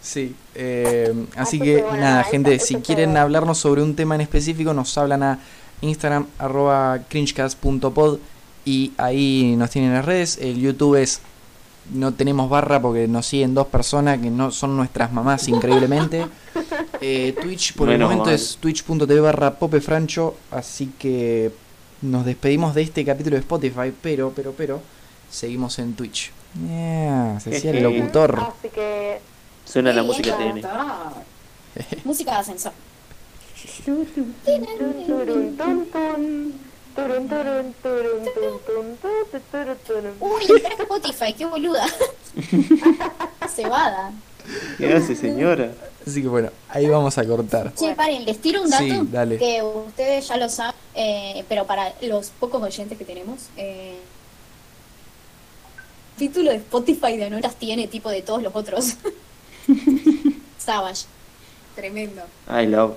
Speaker 1: Sí, eh, así
Speaker 3: Así
Speaker 1: que
Speaker 3: que, Ah, bueno,
Speaker 1: nada,
Speaker 3: eso-
Speaker 1: gente,
Speaker 3: eso
Speaker 1: si
Speaker 3: es
Speaker 1: quieren
Speaker 3: todo.
Speaker 1: hablarnos sobre un tema en específico, nos hablan a Instagram arroba cringecast.pod y ahí nos tienen las redes. El YouTube es no tenemos barra porque nos siguen dos personas que no son nuestras mamás increíblemente. Eh, Twitch por el
Speaker 2: Menos
Speaker 1: momento
Speaker 2: mal.
Speaker 1: es twitch.tv barra popefrancho, así que nos despedimos de este capítulo de Spotify, pero, pero, pero, seguimos en Twitch. Yeah, se decía el
Speaker 2: Jeje.
Speaker 1: locutor.
Speaker 3: Así que
Speaker 2: Suena la
Speaker 4: Sí,
Speaker 2: música
Speaker 4: bien,
Speaker 2: TN.
Speaker 4: doctor. Música de ascensor.
Speaker 3: turun turun tun tun turun turun turun tun tun tu, tu, turu, turun.
Speaker 4: Uy, entré a Spotify, qué boluda. Cebada.
Speaker 2: ¿Qué hace, señora?
Speaker 1: Así que bueno, ahí vamos a cortar.
Speaker 4: Che, paren, les tiro un dato
Speaker 1: Sí, dale.
Speaker 4: que ustedes ya lo saben, eh, pero para los pocos oyentes que tenemos, eh, título de Spotify de Anoras tiene tipo de todos los otros. Savage. Tremendo.
Speaker 2: I love.